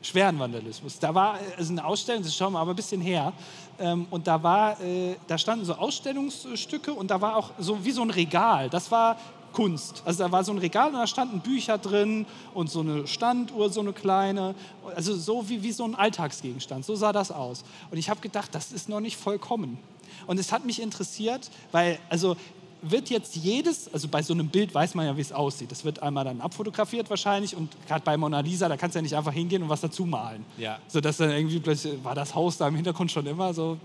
Schweren Vandalismus. Da war äh, also eine Ausstellung, das ist schon mal aber ein bisschen her. Ähm, und da war, äh, da standen so Ausstellungsstücke und da war auch so wie so ein Regal. Das war Kunst. Also da war so ein Regal und da standen Bücher drin und so eine Standuhr, so eine kleine. Also so wie, wie so ein Alltagsgegenstand. So sah das aus. Und ich habe gedacht, das ist noch nicht vollkommen. Und es hat mich interessiert, weil, also wird jetzt jedes, also bei so einem Bild weiß man ja, wie es aussieht. Das wird einmal dann abfotografiert wahrscheinlich und gerade bei Mona Lisa, da kannst du ja nicht einfach hingehen und was dazu malen.
Ja.
So dass dann irgendwie plötzlich, war das Haus da im Hintergrund schon immer so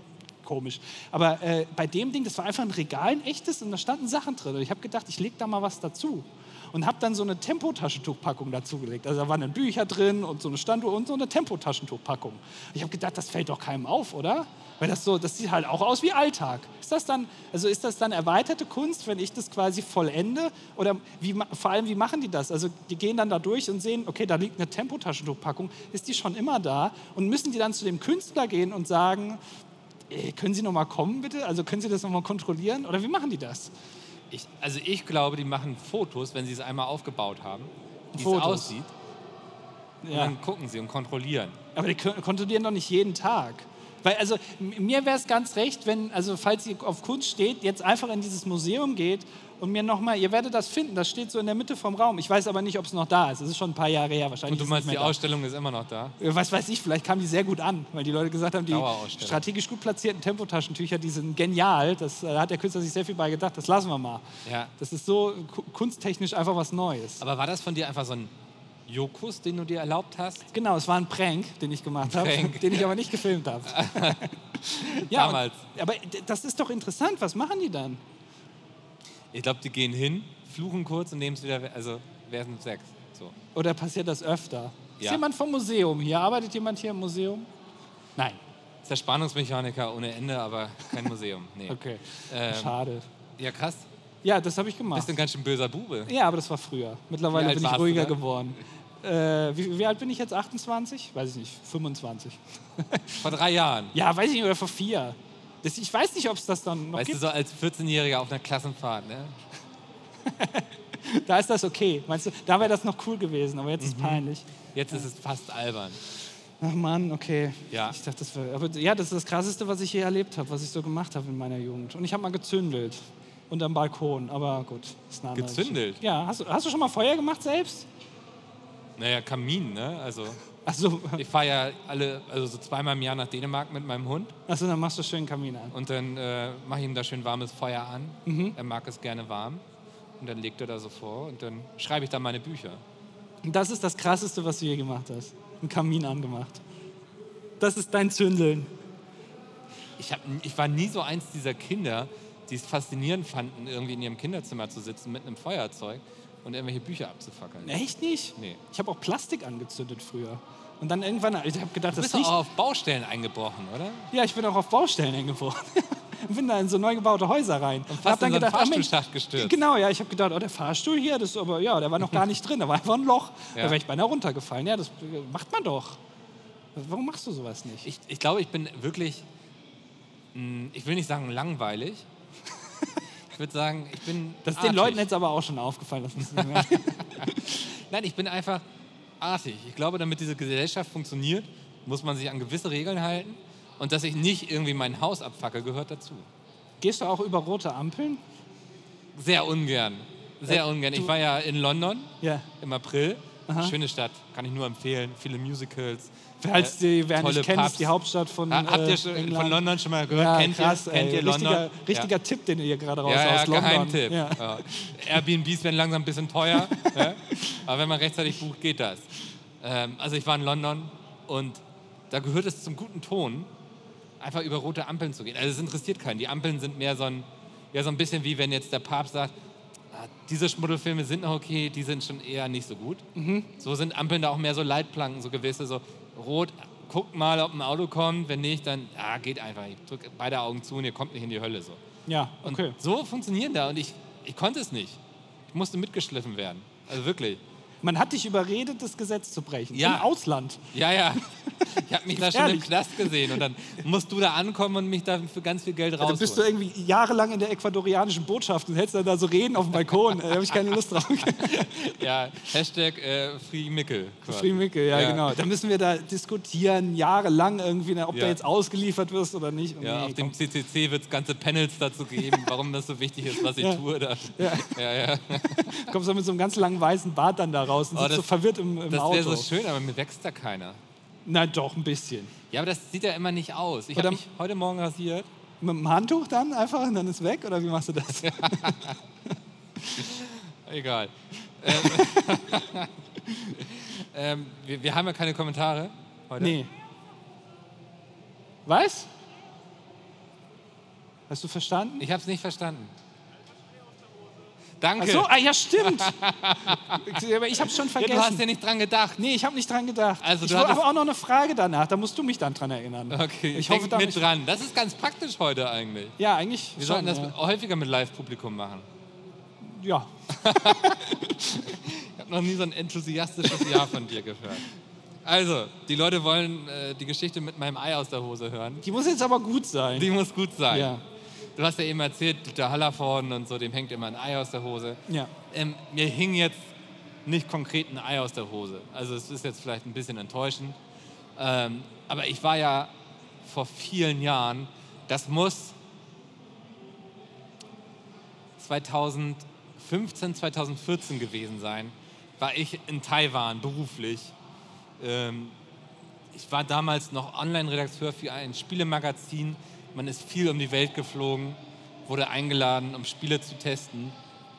komisch. Aber äh, bei dem Ding, das war einfach ein Regal, ein echtes und da standen Sachen drin. Und ich habe gedacht, ich lege da mal was dazu. Und habe dann so eine Tempotaschentuchpackung dazugelegt. Also da waren dann Bücher drin und so eine Standuhr und so eine Tempotaschentuchpackung. Ich habe gedacht, das fällt doch keinem auf, oder? Weil das so, das sieht halt auch aus wie Alltag. Ist das dann, also ist das dann erweiterte Kunst, wenn ich das quasi vollende? Oder wie, ma- vor allem, wie machen die das? Also die gehen dann da durch und sehen, okay, da liegt eine Tempotaschentuchpackung, ist die schon immer da? Und müssen die dann zu dem Künstler gehen und sagen, äh, können Sie noch mal kommen bitte? Also können Sie das noch mal kontrollieren? Oder wie machen die das?
Ich, also ich glaube, die machen Fotos, wenn sie es einmal aufgebaut haben, wie es
Fotos.
aussieht. Und
Ja.
dann gucken sie und kontrollieren.
Aber die kon- kontrollieren doch nicht jeden Tag. Weil, also, m- mir wäre es ganz recht, wenn, also, falls ihr auf Kunst steht, jetzt einfach in dieses Museum geht und mir nochmal, ihr werdet das finden, das steht so in der Mitte vom Raum. Ich weiß aber nicht, ob es noch da ist. Es ist schon ein paar Jahre her,
Und
wahrscheinlich.
du
ist es
meinst, die
nicht mehr
Ausstellung ist immer noch da?
da. Äh, Was weiß ich, vielleicht kam die sehr gut an, weil die Leute gesagt haben, die
Dauerausstellung.
strategisch gut platzierten Tempotaschentücher, die sind genial. Das, äh, da hat der Künstler sich sehr viel bei gedacht, das lassen wir mal.
Ja.
Das ist so ku- kunsttechnisch einfach was Neues.
Aber war das von dir einfach so ein Jokus, den du dir erlaubt hast?
Genau, es war ein Prank, den ich gemacht habe,
Prank.
den ich aber nicht gefilmt habe. und-
Damals.
aber d- das ist doch interessant. Was machen die dann?
Ich glaube, die gehen hin, fluchen kurz und nehmen es wieder, we- also wer ist Sex? So.
Oder passiert das öfter?
Ja.
Ist jemand vom Museum hier? Arbeitet jemand hier im Museum? Nein.
Ist der Spannungsmechaniker ohne Ende, aber kein Museum. Nee.
Okay.
Ähm,
Schade.
Ja, krass.
Ja, das habe ich
Bist
gemacht.
ein ganz schön böser Bube.
Ja, aber das war früher.
Wie
Mittlerweile
alt
bin
warst
ich
du
ruhiger
da?
geworden. Äh, wie, wie alt bin ich jetzt? 28? Weiß ich nicht. 25.
Vor drei Jahren.
Ja, weiß ich nicht. Oder vor vier. Das, ich weiß nicht, ob es das dann noch
Weißt du,
gibt.
so als 14-Jähriger auf einer Klassenfahrt, ne?
Da ist das okay. Meinst du, da wäre das noch cool gewesen, aber jetzt
Mhm.
ist es peinlich.
Jetzt ist es fast albern.
Ach Mann, okay.
Ja.
Ich dachte, das war, aber ja, das ist das Krasseste, was ich je erlebt habe, was ich so gemacht habe in meiner Jugend. Und ich habe mal gezündelt. unterm Balkon. Aber gut, ist eine andere
Gezündelt?
Geschichte. Ja, hast, du- hast du schon mal Feuer gemacht selbst?
Naja, Kamin, ne? Also
Achso,
ich fahre ja alle, also so zweimal im Jahr nach Dänemark mit meinem Hund
also dann machst du schön Kamin an.
und dann äh, mache ich ihm da schön warmes Feuer an.
Mhm.
Er mag es gerne warm. Und dann legt er da so vor und dann schreibe ich da meine Bücher.
Und das ist das Krasseste, was du je gemacht hast. Einen Kamin angemacht. Das ist dein Zündeln.
Ich, hab, ich war nie so eins dieser Kinder, die es faszinierend fanden, irgendwie in ihrem Kinderzimmer zu sitzen mit einem Feuerzeug und irgendwelche Bücher abzufackeln.
Echt nicht?
Nee.
Ich habe auch Plastik angezündet früher. Und dann irgendwann, ich habe gedacht,
Du
das
bist doch
riecht...
auch auf Baustellen eingebrochen, oder?
Ja, ich bin auch auf Baustellen hingefahren. Und bin da in so neu gebaute Häuser rein. Und
fast in so einen
ah, Mensch,
Fahrstuhlschacht gestürzt.
Genau, ja. Ich habe gedacht, oh, der Fahrstuhl hier, das ist aber, ja, der war noch gar nicht drin, da war einfach ein Loch.
Ja.
Da wäre ich beinahe runtergefallen. Ja, das äh, macht man doch. Warum machst du sowas nicht?
Ich, ich glaube, ich bin wirklich, mh, ich will nicht sagen langweilig. Ich würde sagen, ich bin.
Das ist
artig.
den Leuten jetzt aber auch schon aufgefallen. Das müssen wir merken.
Nein, ich bin einfach artig. Ich glaube, damit diese Gesellschaft funktioniert, muss man sich an gewisse Regeln halten. Und dass ich nicht irgendwie mein Haus abfacke, gehört dazu.
Gehst du auch über rote Ampeln?
Sehr ungern. Sehr
Äh,
ungern. Ich
du-
war ja in London
Ja.
im April.
Aha.
Schöne Stadt, kann ich nur empfehlen. Viele Musicals.
Falls die, wer
Äh, tolle
nicht kennt,
Pubs.
ist die Hauptstadt von
Ha- Habt
äh,
ihr schon,
England.
von London schon mal gehört?
Ja,
kennt
krass,
ihr,
ey.
kennt ihr
richtiger,
London? Ja.
richtiger Tipp, den ihr hier gerade raus
Ja, ja,
aus London.
Geheimtipp.
Ja.
Ja. Airbnbs werden langsam ein bisschen teuer, ne? aber wenn man rechtzeitig bucht, geht das. Ähm, also ich war in London und da gehört es zum guten Ton, einfach über rote Ampeln zu gehen. Also es interessiert keinen. Die Ampeln sind mehr so ein, ja, so ein bisschen wie wenn jetzt der Papst sagt, "Ah, diese Schmuddelfilme sind noch okay, die sind schon eher nicht so gut.
Mhm.
So sind Ampeln da auch mehr so Leitplanken, so gewisse, so rot, guckt mal, ob ein Auto kommt, wenn nicht, dann ah, geht einfach, ich drücke beide Augen zu und ihr kommt nicht in die Hölle. So.
ja,
Und
okay.
so funktionieren da. Und ich, ich konnte es nicht. Ich musste mitgeschliffen werden. Also wirklich.
Man hat dich überredet, das Gesetz zu brechen.
Ja.
Im Ausland.
Ja, ja. Ich habe mich da schon im
Gefährlich.
Knast gesehen. Und dann musst du da ankommen und mich da für ganz viel Geld
Ja, dann bist du
rausholen.
irgendwie jahrelang in der ecuadorianischen Botschaft und hältst dann da so Reden auf dem Balkon. da habe ich keine Lust drauf.
Ja, Hashtag äh, Free Mickel. quasi.
Free Mickel, ja,
Ja.
genau. Da müssen wir da diskutieren, jahrelang irgendwie, na, ob
Ja.
du jetzt ausgeliefert wirst oder nicht. Und
Ja,
nee,
auf dem
komm.
CCC wird es ganze Panels dazu geben, warum das so wichtig ist, was ich
Ja.
tue. Da.
Ja.
Ja, ja.
Kommst du mit so einem ganz langen weißen Bart dann da raus und
Oh,
sitzt so
das-
verwirrt im, im
Das wäre
Auto.
so schön, aber mir wächst da keiner.
Na doch, ein bisschen.
Ja, aber das sieht ja immer nicht aus. Ich
Oder-
habe mich heute Morgen rasiert.
Mit dem Handtuch dann einfach und dann ist weg? Oder wie machst du das?
Egal. ähm, ähm, wir, wir haben ja keine Kommentare heute.
Nee. Was? Hast du verstanden?
Ich habe es nicht verstanden. Danke.
Ach so, ah, ja, stimmt. Aber ich habe schon
ja,
vergessen.
du hast ja nicht dran gedacht.
Nee, ich habe nicht dran gedacht.
Also,
ich
du
habe
hattest-
auch noch eine Frage danach, da musst du mich dann dran erinnern.
Okay,
ich
denk
hoffe damit.
mit dran. Das ist ganz praktisch heute eigentlich.
Ja, eigentlich.
Wir
schon,
sollten das
ja.
häufiger mit Live-Publikum machen.
ja.
Ich habe noch nie so ein enthusiastisches Ja von dir gehört. Also, die Leute wollen äh, die Geschichte mit meinem Ei aus der Hose hören.
Die muss jetzt aber gut sein.
Die muss gut sein.
ja.
Du hast ja eben erzählt, Dieter Hallervorden und so, dem hängt immer ein Ei aus der Hose.
ja.
Ähm, mir hing jetzt nicht konkret ein Ei aus der Hose. Also es ist jetzt vielleicht ein bisschen enttäuschend. Ähm, aber ich war ja vor vielen Jahren, das muss 2015, 2014 gewesen sein, war ich in Taiwan beruflich. Ähm, ich war damals noch Online-Redakteur für ein Spielemagazin. Man ist viel um die Welt geflogen, wurde eingeladen, um Spiele zu testen.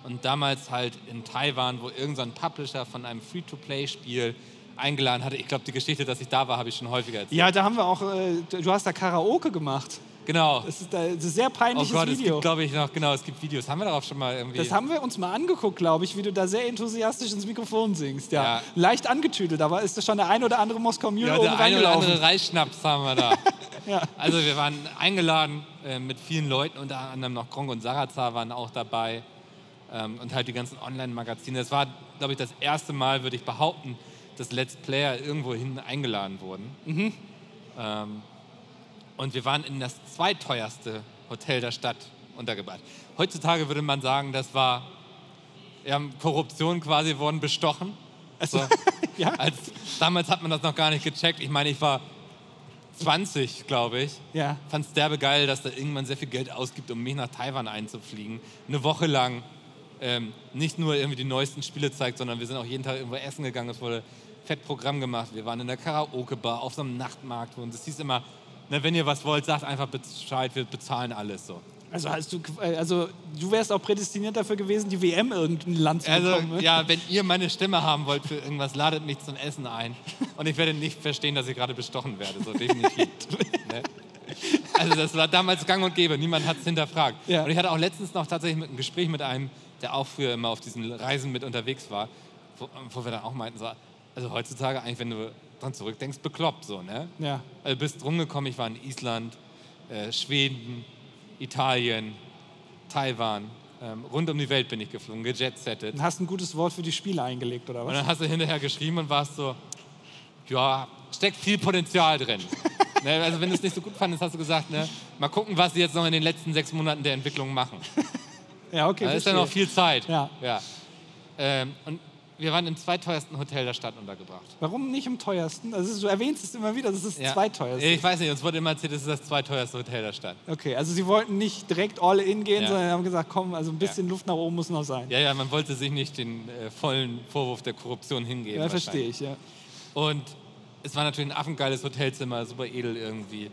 Und damals halt in Taiwan, wo irgendein so ein Publisher von einem Free-to-Play-Spiel eingeladen hatte. Ich glaube, die Geschichte, dass ich da war, habe ich schon häufiger erzählt.
ja, da haben wir auch. Äh, du hast da Karaoke gemacht.
Genau.
Das ist, da, das ist ein sehr
Oh
peinliches
Gott, es
Video.
gibt, glaube ich, noch, genau, es gibt Videos. Haben wir darauf schon mal irgendwie.
das haben wir uns mal angeguckt, glaube ich, wie du da sehr enthusiastisch ins Mikrofon singst. Ja.
Ja.
Leicht angetüdelt, aber ist da schon der ein oder andere Moskau-Mühle
ja,
oben
der eine oder
reingelaufen.
andere Reisschnaps haben wir da.
Ja.
Also wir waren eingeladen äh, mit vielen Leuten, unter anderem noch Gronk und Sarazar waren auch dabei ähm, und halt die ganzen Online-Magazine. Das war, glaube ich, das erste Mal, würde ich behaupten, dass Let's Player irgendwohin eingeladen wurden.
Mhm.
Ähm, und wir waren in das zweiteuerste Hotel der Stadt untergebracht. Heutzutage würde man sagen, das war ja, Korruption quasi, wurden bestochen. So.
Ja.
Als, damals hat man das noch gar nicht gecheckt. Ich meine, ich war 20, glaube ich.
Ja.
Fand es derbe geil, dass da irgendwann sehr viel Geld ausgibt, um mich nach Taiwan einzufliegen. Eine Woche lang ähm, nicht nur irgendwie die neuesten Spiele zeigt, sondern wir sind auch jeden Tag irgendwo essen gegangen. Es wurde fett Programm gemacht. Wir waren in der Karaoke-Bar, auf so einem Nachtmarkt. Und es hieß immer, na, wenn ihr was wollt, sagt einfach Bescheid, wir bezahlen alles so.
Also, hast du, äh, also du wärst auch prädestiniert dafür gewesen, die WM irgendein Land zu
Also,
bekommen. ne?
ja, wenn ihr meine Stimme haben wollt für irgendwas, ladet mich zum Essen ein. Und ich werde nicht verstehen, dass ich gerade bestochen werde. So definitiv. ne? Also, das war damals gang und gäbe. Niemand hat es hinterfragt.
Ja.
Und ich hatte auch letztens noch tatsächlich mit- ein Gespräch mit einem, der auch früher immer auf diesen Reisen mit unterwegs war, wo, wo wir dann auch meinten, so, also heutzutage eigentlich, wenn du dran zurückdenkst, bekloppt so, ne?
Ja.
Also bist rumgekommen, ich war in Island, äh, Schweden, Italien, Taiwan. Ähm, rund um die Welt bin ich geflogen, gejetsettet.
Und hast ein gutes Wort für die Spiele eingelegt, oder
Und
was?
dann hast du hinterher geschrieben und warst so, ja, steckt viel Potenzial drin. ne, also wenn du es nicht so gut fandest, hast du gesagt, ne, mal gucken, was sie jetzt noch in den letzten sechs Monaten der Entwicklung machen.
Ja, okay.
Da ist ja noch
verstehe.
viel Zeit.
Ja.
Ähm, und wir waren im zweiteuersten Hotel der Stadt untergebracht.
Warum nicht im teuersten? Also, du erwähnst es immer wieder, das ist das zweiteuerste.
Ich weiß nicht, uns wurde immer erzählt, das ist das zweiteuerste Hotel der Stadt.
Okay, also sie wollten nicht direkt all in gehen,
Ja.
sondern haben gesagt, komm, also ein bisschen Luft nach oben muss noch sein. Ja,
Ja, ja, man wollte sich nicht den äh, vollen Vorwurf der Korruption hingeben.
verstehe ich, ja.
wahrscheinlich. Und es war natürlich ein affengeiles Hotelzimmer, super edel irgendwie.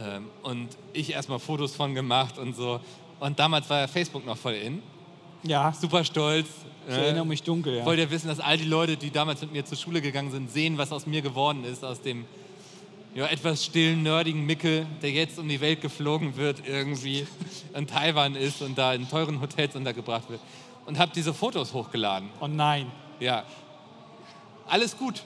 Ähm, und ich erstmal Fotos von gemacht und so. Und damals war ja Facebook noch voll in.
Ja,
Super stolz.
ich
äh,
erinnere mich dunkel, ja.
Wollt ihr wissen, dass all die Leute, die damals mit mir zur Schule gegangen sind, sehen, was aus mir geworden ist, aus dem ja, etwas stillen, nerdigen Mickel, der jetzt um die Welt geflogen wird, irgendwie in Taiwan ist und da in teuren Hotels untergebracht wird. Und habe diese Fotos hochgeladen.
Oh nein.
Ja. Alles gut.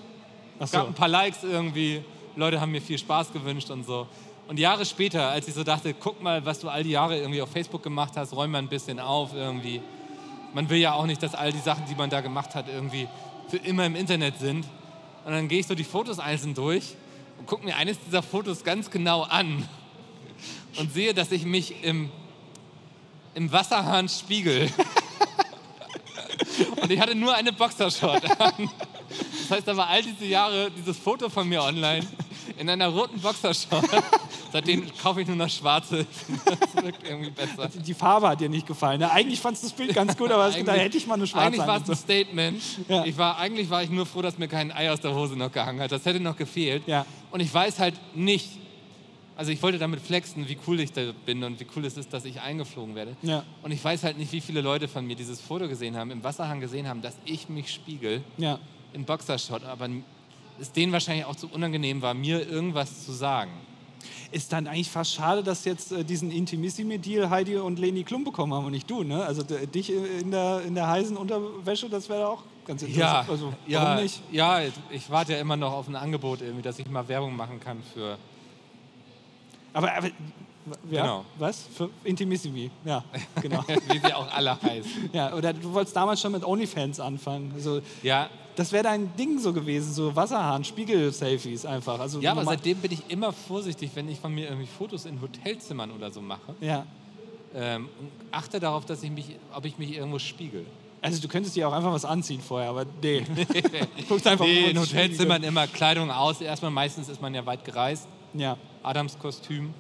Es gab
Achso.
ein paar Likes irgendwie. Leute haben mir viel Spaß gewünscht und so. Und Jahre später, als ich so dachte, guck mal, was du all die Jahre irgendwie auf Facebook gemacht hast, räum mal ein bisschen auf irgendwie. Man will ja auch nicht, dass all die Sachen, die man da gemacht hat, irgendwie für immer im Internet sind. Und dann gehe ich so die Fotos einzeln durch und gucke mir eines dieser Fotos ganz genau an und sehe, dass ich mich im, im Wasserhahn spiegel. und ich hatte nur eine Boxershort das heißt, da war all diese Jahre dieses Foto von mir online in einer roten Boxershort. Seitdem kaufe ich nur noch schwarze. Das wirkt irgendwie besser.
Die Farbe hat dir nicht gefallen. Ne? Eigentlich fandst du das Bild ganz gut, aber hast gedacht,
Eigentlich-
hätte ich mal eine schwarze
Eigentlich war es ein
angezogen.
Statement.
Ja.
Ich war, eigentlich war ich nur froh, dass mir kein Ei aus der Hose noch gehangen hat. Das hätte noch gefehlt.
Ja.
Und ich weiß halt nicht, also ich wollte damit flexen, wie cool ich da bin und wie cool es ist, dass ich eingeflogen werde.
Ja.
Und ich weiß halt nicht, wie viele Leute von mir dieses Foto gesehen haben, im Wasserhang gesehen haben, dass ich mich spiegel.
Ja.
im Boxershot, aber es denen wahrscheinlich auch zu unangenehm war, mir irgendwas zu sagen.
Ist dann eigentlich fast schade, dass jetzt äh, diesen Intimissimi-Deal Heidi und Leni Klum bekommen haben und nicht du, ne? Also d- dich äh, in der, in der heißen Unterwäsche, das wäre auch ganz interessant. also,
ja,
warum nicht?
ja, ich warte ja immer noch auf ein Angebot, irgendwie, dass ich mal Werbung machen kann für.
Aber, aber ja,
Genau.
was? Für Intimissimi, ja, genau.
wie sie auch alle heißen.
ja, oder du wolltest damals schon mit OnlyFans anfangen. Also,
Ja,
das wäre dein Ding so gewesen, so Wasserhahn, Spiegel-Selfies einfach. Also,
ja aber
normal-
seitdem bin ich immer vorsichtig, wenn ich von mir irgendwie Fotos in Hotelzimmern oder so mache.
Ja.
Ähm, und achte darauf, dass ich mich, ob ich mich irgendwo spiegel.
Also du könntest dir auch einfach was anziehen vorher, aber nee. Du guckst einfach wo
Nee,
man
in
sich spielen
Hotelzimmern immer Kleidung aus. Erstmal meistens ist man ja weit gereist.
kann. Ja.
Adams Kostüm.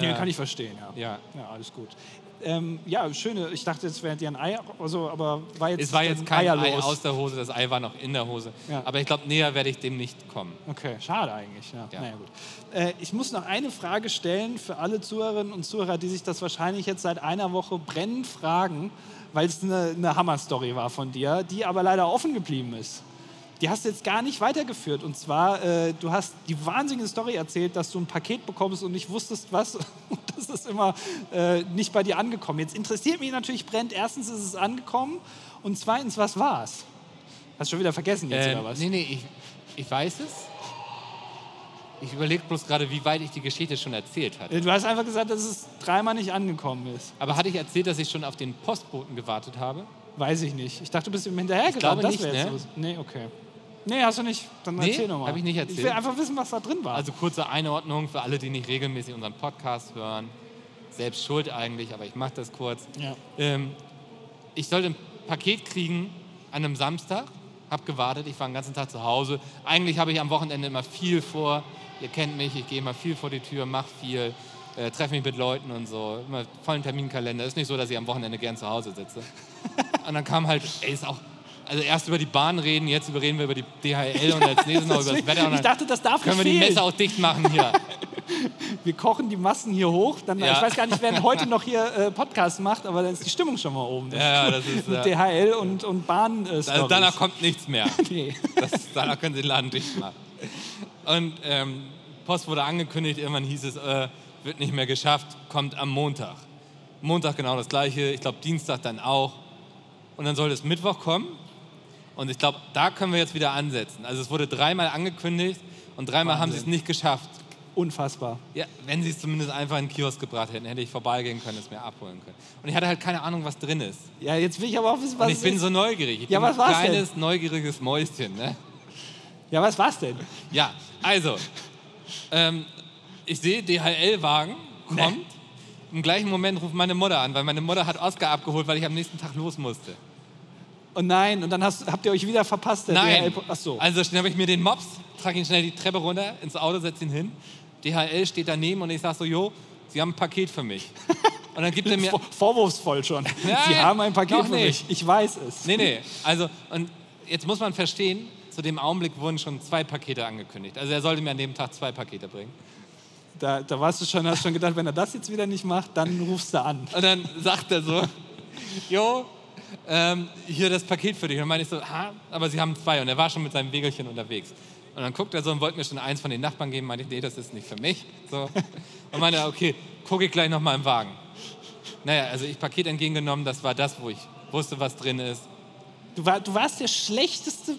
ja, kann ich verstehen, ja.
Ja.
Ja, alles gut. Ähm, ja, schöne, ich dachte, es wäre dir ein Ei, also, aber war jetzt,
Es war jetzt
ein
kein Ei
Eierlos.
aus der Hose, das Ei war noch in der Hose.
Ja.
Aber ich glaube, näher werde ich dem nicht kommen.
Okay, schade eigentlich. Ja.
Ja.
Naja, gut. Äh, ich muss noch eine Frage stellen für alle Zuhörerinnen und Zuhörer, die sich das wahrscheinlich jetzt seit einer Woche brennend fragen, weil es eine, eine Hammer-Story war von dir, die aber leider offen geblieben ist. Die hast du jetzt gar nicht weitergeführt. Und zwar, äh, du hast die wahnsinnige Story erzählt, dass du ein Paket bekommst und nicht wusstest, was. Und das ist immer äh, nicht bei dir angekommen. Jetzt interessiert mich natürlich brennend. Erstens ist es angekommen und zweitens, was war's? Hast du schon wieder vergessen jetzt
Ähm,
oder was?
nee, nee, ich, ich weiß es. Ich überlege bloß gerade, wie weit ich die Geschichte schon erzählt hatte.
Du hast einfach gesagt, dass es dreimal nicht angekommen ist.
Aber hatte ich erzählt, dass ich schon auf den Postboten gewartet habe?
Weiß ich nicht. Ich dachte, du bist ihm hinterhergelaufen.
glaube
Das
nicht,
wäre jetzt
ne?
los. Nee, okay. Nee, hast du nicht. Dann
Nee,
erzähl nochmal.
hab ich nicht
Ich will
erzählt.
einfach wissen, was da drin war.
Also kurze Einordnung für alle, die nicht regelmäßig unseren Podcast hören. Selbst schuld eigentlich, aber ich mache das kurz.
ja.
Ähm, ich sollte ein Paket kriegen an einem Samstag habe gewartet, ich war den ganzen Tag zu Hause. Eigentlich habe ich am Wochenende immer viel vor. Ihr kennt mich, ich gehe immer viel vor die Tür, mache viel, äh, treffe mich mit Leuten und so. Immer vollen Terminkalender. Ist nicht so, dass ich am Wochenende gern zu Hause sitze. und dann kam halt, ey, ist auch. Also erst über die Bahn reden, jetzt über- reden wir über die DHL und als nächstes noch über das Wetter. Und
ich
dann
dachte, das darf
können wir
nicht
die
fehlen.
Messe auch dicht machen hier.
Wir kochen die Massen hier hoch. Dann,
Ja.
Ich weiß gar nicht, wer heute noch hier äh, Podcast macht, aber dann ist die Stimmung schon mal oben.
Ja, ja, das ist,
Mit
äh,
DHL und, und bahn äh,
also
Stories.
danach kommt nichts mehr.
Nee.
Das, danach können sie den Laden dicht machen. Und ähm, Post wurde angekündigt, irgendwann hieß es, äh, wird nicht mehr geschafft, kommt am Montag. Montag genau das gleiche, ich glaube Dienstag dann auch. Und dann soll es Mittwoch kommen. Und ich glaube, da können wir jetzt wieder ansetzen. Also es wurde dreimal angekündigt und dreimal haben sie es
Wahnsinn.
nicht geschafft.
Unfassbar.
Ja, wenn sie es zumindest einfach in den Kiosk gebracht hätten, hätte ich vorbeigehen können, es mir abholen können. Und ich hatte halt keine Ahnung, was drin ist.
Ja, jetzt will ich aber auch wissen, was
Und ich
es
bin
ist.
so neugierig. Ich
Ja,
bin
was
ein
war's denn?
kleines, neugieriges Mäuschen. Ne?
Ja, was war's denn?
Ja, also, ähm, ich sehe DHL-Wagen, kommt. Im gleichen Moment ruft meine Mutter an, weil meine Mutter hat Oscar abgeholt, weil ich am nächsten Tag los musste.
Und nein, und dann hast, habt ihr euch wieder verpasst. der
Nein.
DHL Ach so.
Also schnell habe ich mir den Mops, trage ihn schnell die Treppe runter, ins Auto, setze ihn hin. DHL steht daneben und ich sage so, jo, Sie haben ein Paket für mich. Und dann gibt er mir...
Vor- Vorwurfsvoll schon. Sie haben ein Paket
noch
für mich. Ich weiß es.
Nee, nee, also, und jetzt muss man verstehen, zu dem Augenblick wurden schon zwei Pakete angekündigt. Also er sollte mir an dem Tag zwei Pakete bringen.
Da, da warst du schon, hast schon gedacht, wenn er das jetzt wieder nicht macht, dann rufst du an.
Und dann sagt er so, jo, ähm, hier das Paket für dich. Und dann meine ich so, ha, aber sie haben zwei. Und er war schon mit seinem Wägelchen unterwegs. Und dann guckt er so und wollte mir schon eins von den Nachbarn geben. Meinte ich, nee, das ist nicht für mich. So. Und meinte, okay, gucke ich gleich nochmal im Wagen. Naja, also ich Paket entgegengenommen, das war das, wo ich wusste, was drin ist.
Du, war, du warst der schlechteste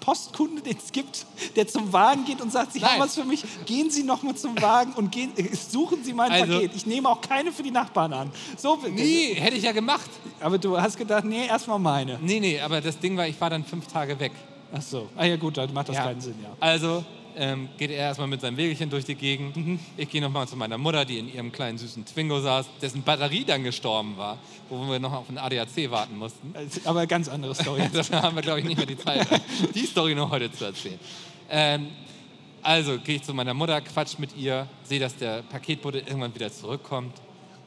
Postkunde, den es gibt, der zum Wagen geht und sagt, Sie
Nein.
haben was für mich. Gehen Sie noch mal zum Wagen und gehen, äh, suchen Sie mein
Also-
Paket. Ich nehme auch keine für die Nachbarn an. So, äh,
Nee, hätte ich ja gemacht.
Aber du hast gedacht, nee, erstmal meine.
Nee, nee, aber das Ding war, ich war dann fünf Tage weg.
Ach so. Ah ja gut, dann macht das keinen Sinn, ja.
Also ähm, geht er erstmal mit seinem Wägelchen durch die Gegend.
Mhm.
Ich gehe nochmal zu meiner Mutter, die in ihrem kleinen süßen Twingo saß, dessen Batterie dann gestorben war, wo wir noch auf den ADAC warten mussten.
Also, Aber ganz andere Story.
Dafür haben wir, glaube ich, nicht mehr die Zeit, die Story noch heute zu erzählen. Ähm, also gehe ich zu meiner Mutter, quatsch mit ihr, sehe, dass der Paketbote irgendwann wieder zurückkommt.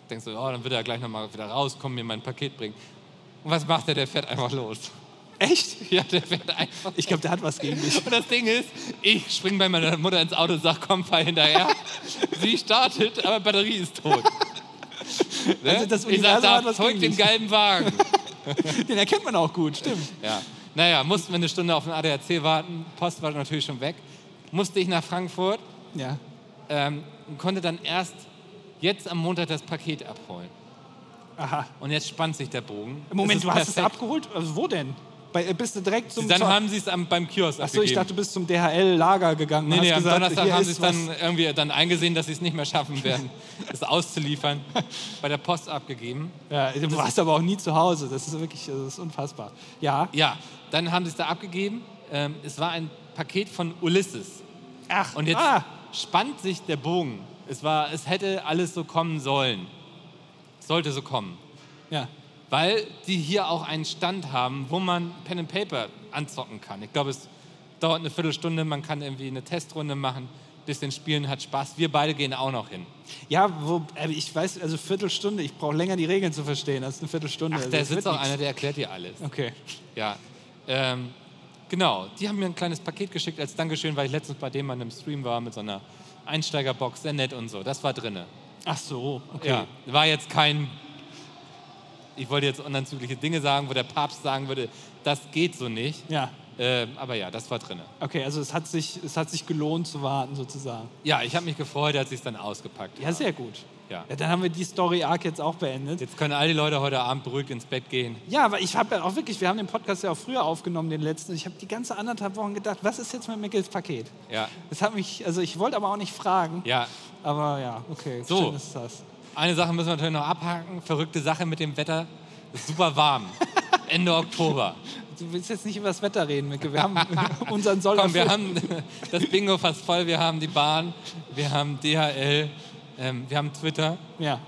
Denkst so, oh, dann wird er gleich nochmal wieder rauskommen, mir mein Paket bringen. Und was macht er? Der fährt einfach los.
Echt?
Ja, der fährt einfach
Ich glaube, der hat was gegen dich.
und das Ding ist, ich spring bei meiner Mutter ins Auto und sag, komm, fahr hinterher. Sie startet, aber Batterie ist tot. Ne?
Also das
ich
Universum
sag,
hat
da
was
folgt
gegen
dem
dich.
gelben Wagen.
Den erkennt man auch gut, stimmt.
ja. Naja, mussten wir eine Stunde auf den ADAC warten. Post war natürlich schon weg. Musste ich nach Frankfurt
Ja.
ähm, und konnte dann erst jetzt am Montag das Paket abholen.
Aha.
Und jetzt spannt sich der Bogen.
Moment,
Es
du
ist
hast es
perfekt.
abgeholt? Also wo denn? Bei, äh, bist du direkt zum
Dann
zur-
haben sie es am- beim Kiosk
Achso, ich
abgegeben.
dachte, du bist zum DHL-Lager gegangen. und
Nee, nee,
hast
am
gesagt,
Donnerstag
hier
haben
ist
sie es
was.
dann irgendwie dann eingesehen, dass sie es nicht mehr schaffen werden, es auszuliefern. Bei der Post abgegeben.
Ja, du warst aber auch nie zu Hause. Das ist wirklich das ist unfassbar. Ja.
Ja, dann haben sie es da abgegeben. Ähm, es war ein Paket von Ulysses.
Ach,
Und jetzt
Ah,
spannt sich der Bogen. Es, war, es hätte alles so kommen sollen. Es sollte so kommen.
ja.
Weil die hier auch einen Stand haben, wo man Pen and Paper anzocken kann. Ich glaube, es dauert eine Viertelstunde, man kann irgendwie eine Testrunde machen, bisschen spielen, hat Spaß. Wir beide gehen auch noch hin.
Ja, wo, äh, ich weiß, also Viertelstunde, ich brauche länger die Regeln zu verstehen als eine Viertelstunde.
Ach,
also,
da
das
sitzt
wird
auch
nix.
einer, der erklärt dir alles.
Okay.
Ja. Ähm, genau, die haben mir ein kleines Paket geschickt als Dankeschön, weil ich letztens bei dem an einem Stream war mit so einer Einsteigerbox, sehr nett und so. Das war drinne.
Ach so, okay.
Ja. War jetzt kein. Ich wollte jetzt unanzügliche Dinge sagen, wo der Papst sagen würde, das geht so nicht.
Ja.
Ähm, aber ja, das war drinne.
Okay, also es hat, sich, es hat sich gelohnt zu warten sozusagen.
Ja, ich habe mich gefreut, als ich es dann ausgepackt
Ja, sehr gut.
Ja.
dann haben wir die Story Arc jetzt auch beendet.
Jetzt können all die Leute heute Abend beruhigt ins Bett gehen.
Ja, aber ich habe ja auch wirklich, wir haben den Podcast ja auch früher aufgenommen, den letzten. Ich habe die ganze anderthalb Wochen gedacht, was ist jetzt mit Mickels Paket?
Ja.
Das hat mich, also ich wollte aber auch nicht fragen.
Ja,
Aber ja, okay,
So.
schön ist das.
Eine Sache müssen wir natürlich noch abhaken. Verrückte Sache mit dem Wetter. Ist super warm. Ende Oktober.
Du willst jetzt nicht über das Wetter reden, Micke. Wir haben unseren Soll
Komm, wir
erfüllt.
haben das Bingo fast voll. Wir haben die Bahn, wir haben DHL, ähm, wir haben Twitter.
Ja,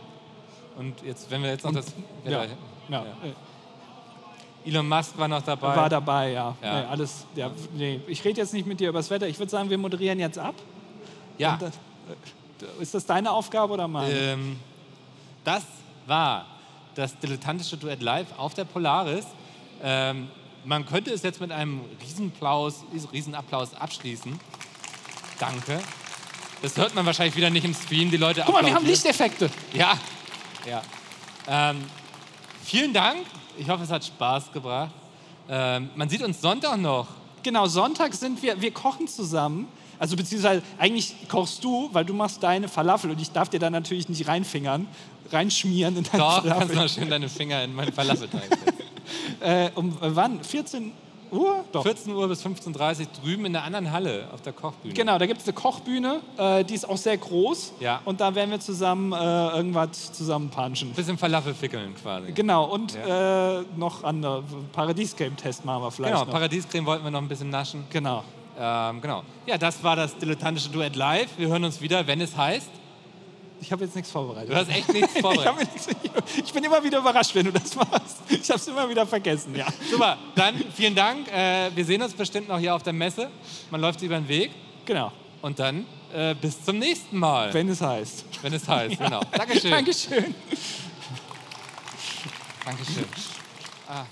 Und jetzt, wenn wir jetzt noch das
ja.
Wetter.
ja.
Elon Musk war noch dabei.
War dabei, ja.
Ja.
Nee, alles, ja nee. Ich rede jetzt nicht mit dir über das Wetter. Ich würde sagen, wir moderieren jetzt ab.
ja,
Und Das, äh, ist das deine Aufgabe oder meine?
ähm, das war das dilettantische Duett live auf der Polaris. Ähm, man könnte es jetzt mit einem Riesenapplaus, Riesenapplaus abschließen. Danke. Das hört man wahrscheinlich wieder nicht im Stream, die Leute
Guck mal, wir
applaudieren.
haben Lichteffekte.
Ja, ja. Ähm, vielen Dank. Ich hoffe, es hat Spaß gebracht. Ähm, man sieht uns Sonntag noch.
Genau, Sonntag sind wir, wir kochen zusammen. Also beziehungsweise eigentlich kochst du, weil du machst deine Falafel und ich darf dir da natürlich nicht reinfingern, reinschmieren in deine
Doch, kannst du
Falafel.
mal schön deine Finger in meinen Falafelteig. setzen.
Äh, um äh, wann? 14 Uhr? Doch.
14 Uhr bis 15.30 Uhr drüben in der anderen Halle auf der Kochbühne.
Genau, da gibt es eine Kochbühne, äh, die ist auch sehr groß.
Ja.
Und da werden wir zusammen äh, irgendwas zusammen punchen.
Bisschen Falafel fickeln quasi.
Genau, und äh, noch andere. Paradies-Game-Test machen wir vielleicht.
Genau,
noch.
Paradiescreme wollten wir noch ein bisschen naschen.
genau.
Ähm, genau. Ja, das war das dilettantische Duett live. Wir hören uns wieder, wenn es heißt.
Ich habe jetzt nichts
Du
vorbereitet.
hast echt nichts
Ich, hab
vorbereitet.
jetzt, ich bin immer wieder überrascht, wenn du das machst. Ich habe es immer wieder vergessen, ja.
Super, dann vielen Dank. Äh, wir sehen uns bestimmt noch hier auf der Messe. Man läuft sie über den Weg.
Genau,
Und dann äh, bis zum nächsten Mal, wenn,
wenn es heißt.
es heißt. Genau. Dankeschön.
Dankeschön.
Dankeschön. Ah.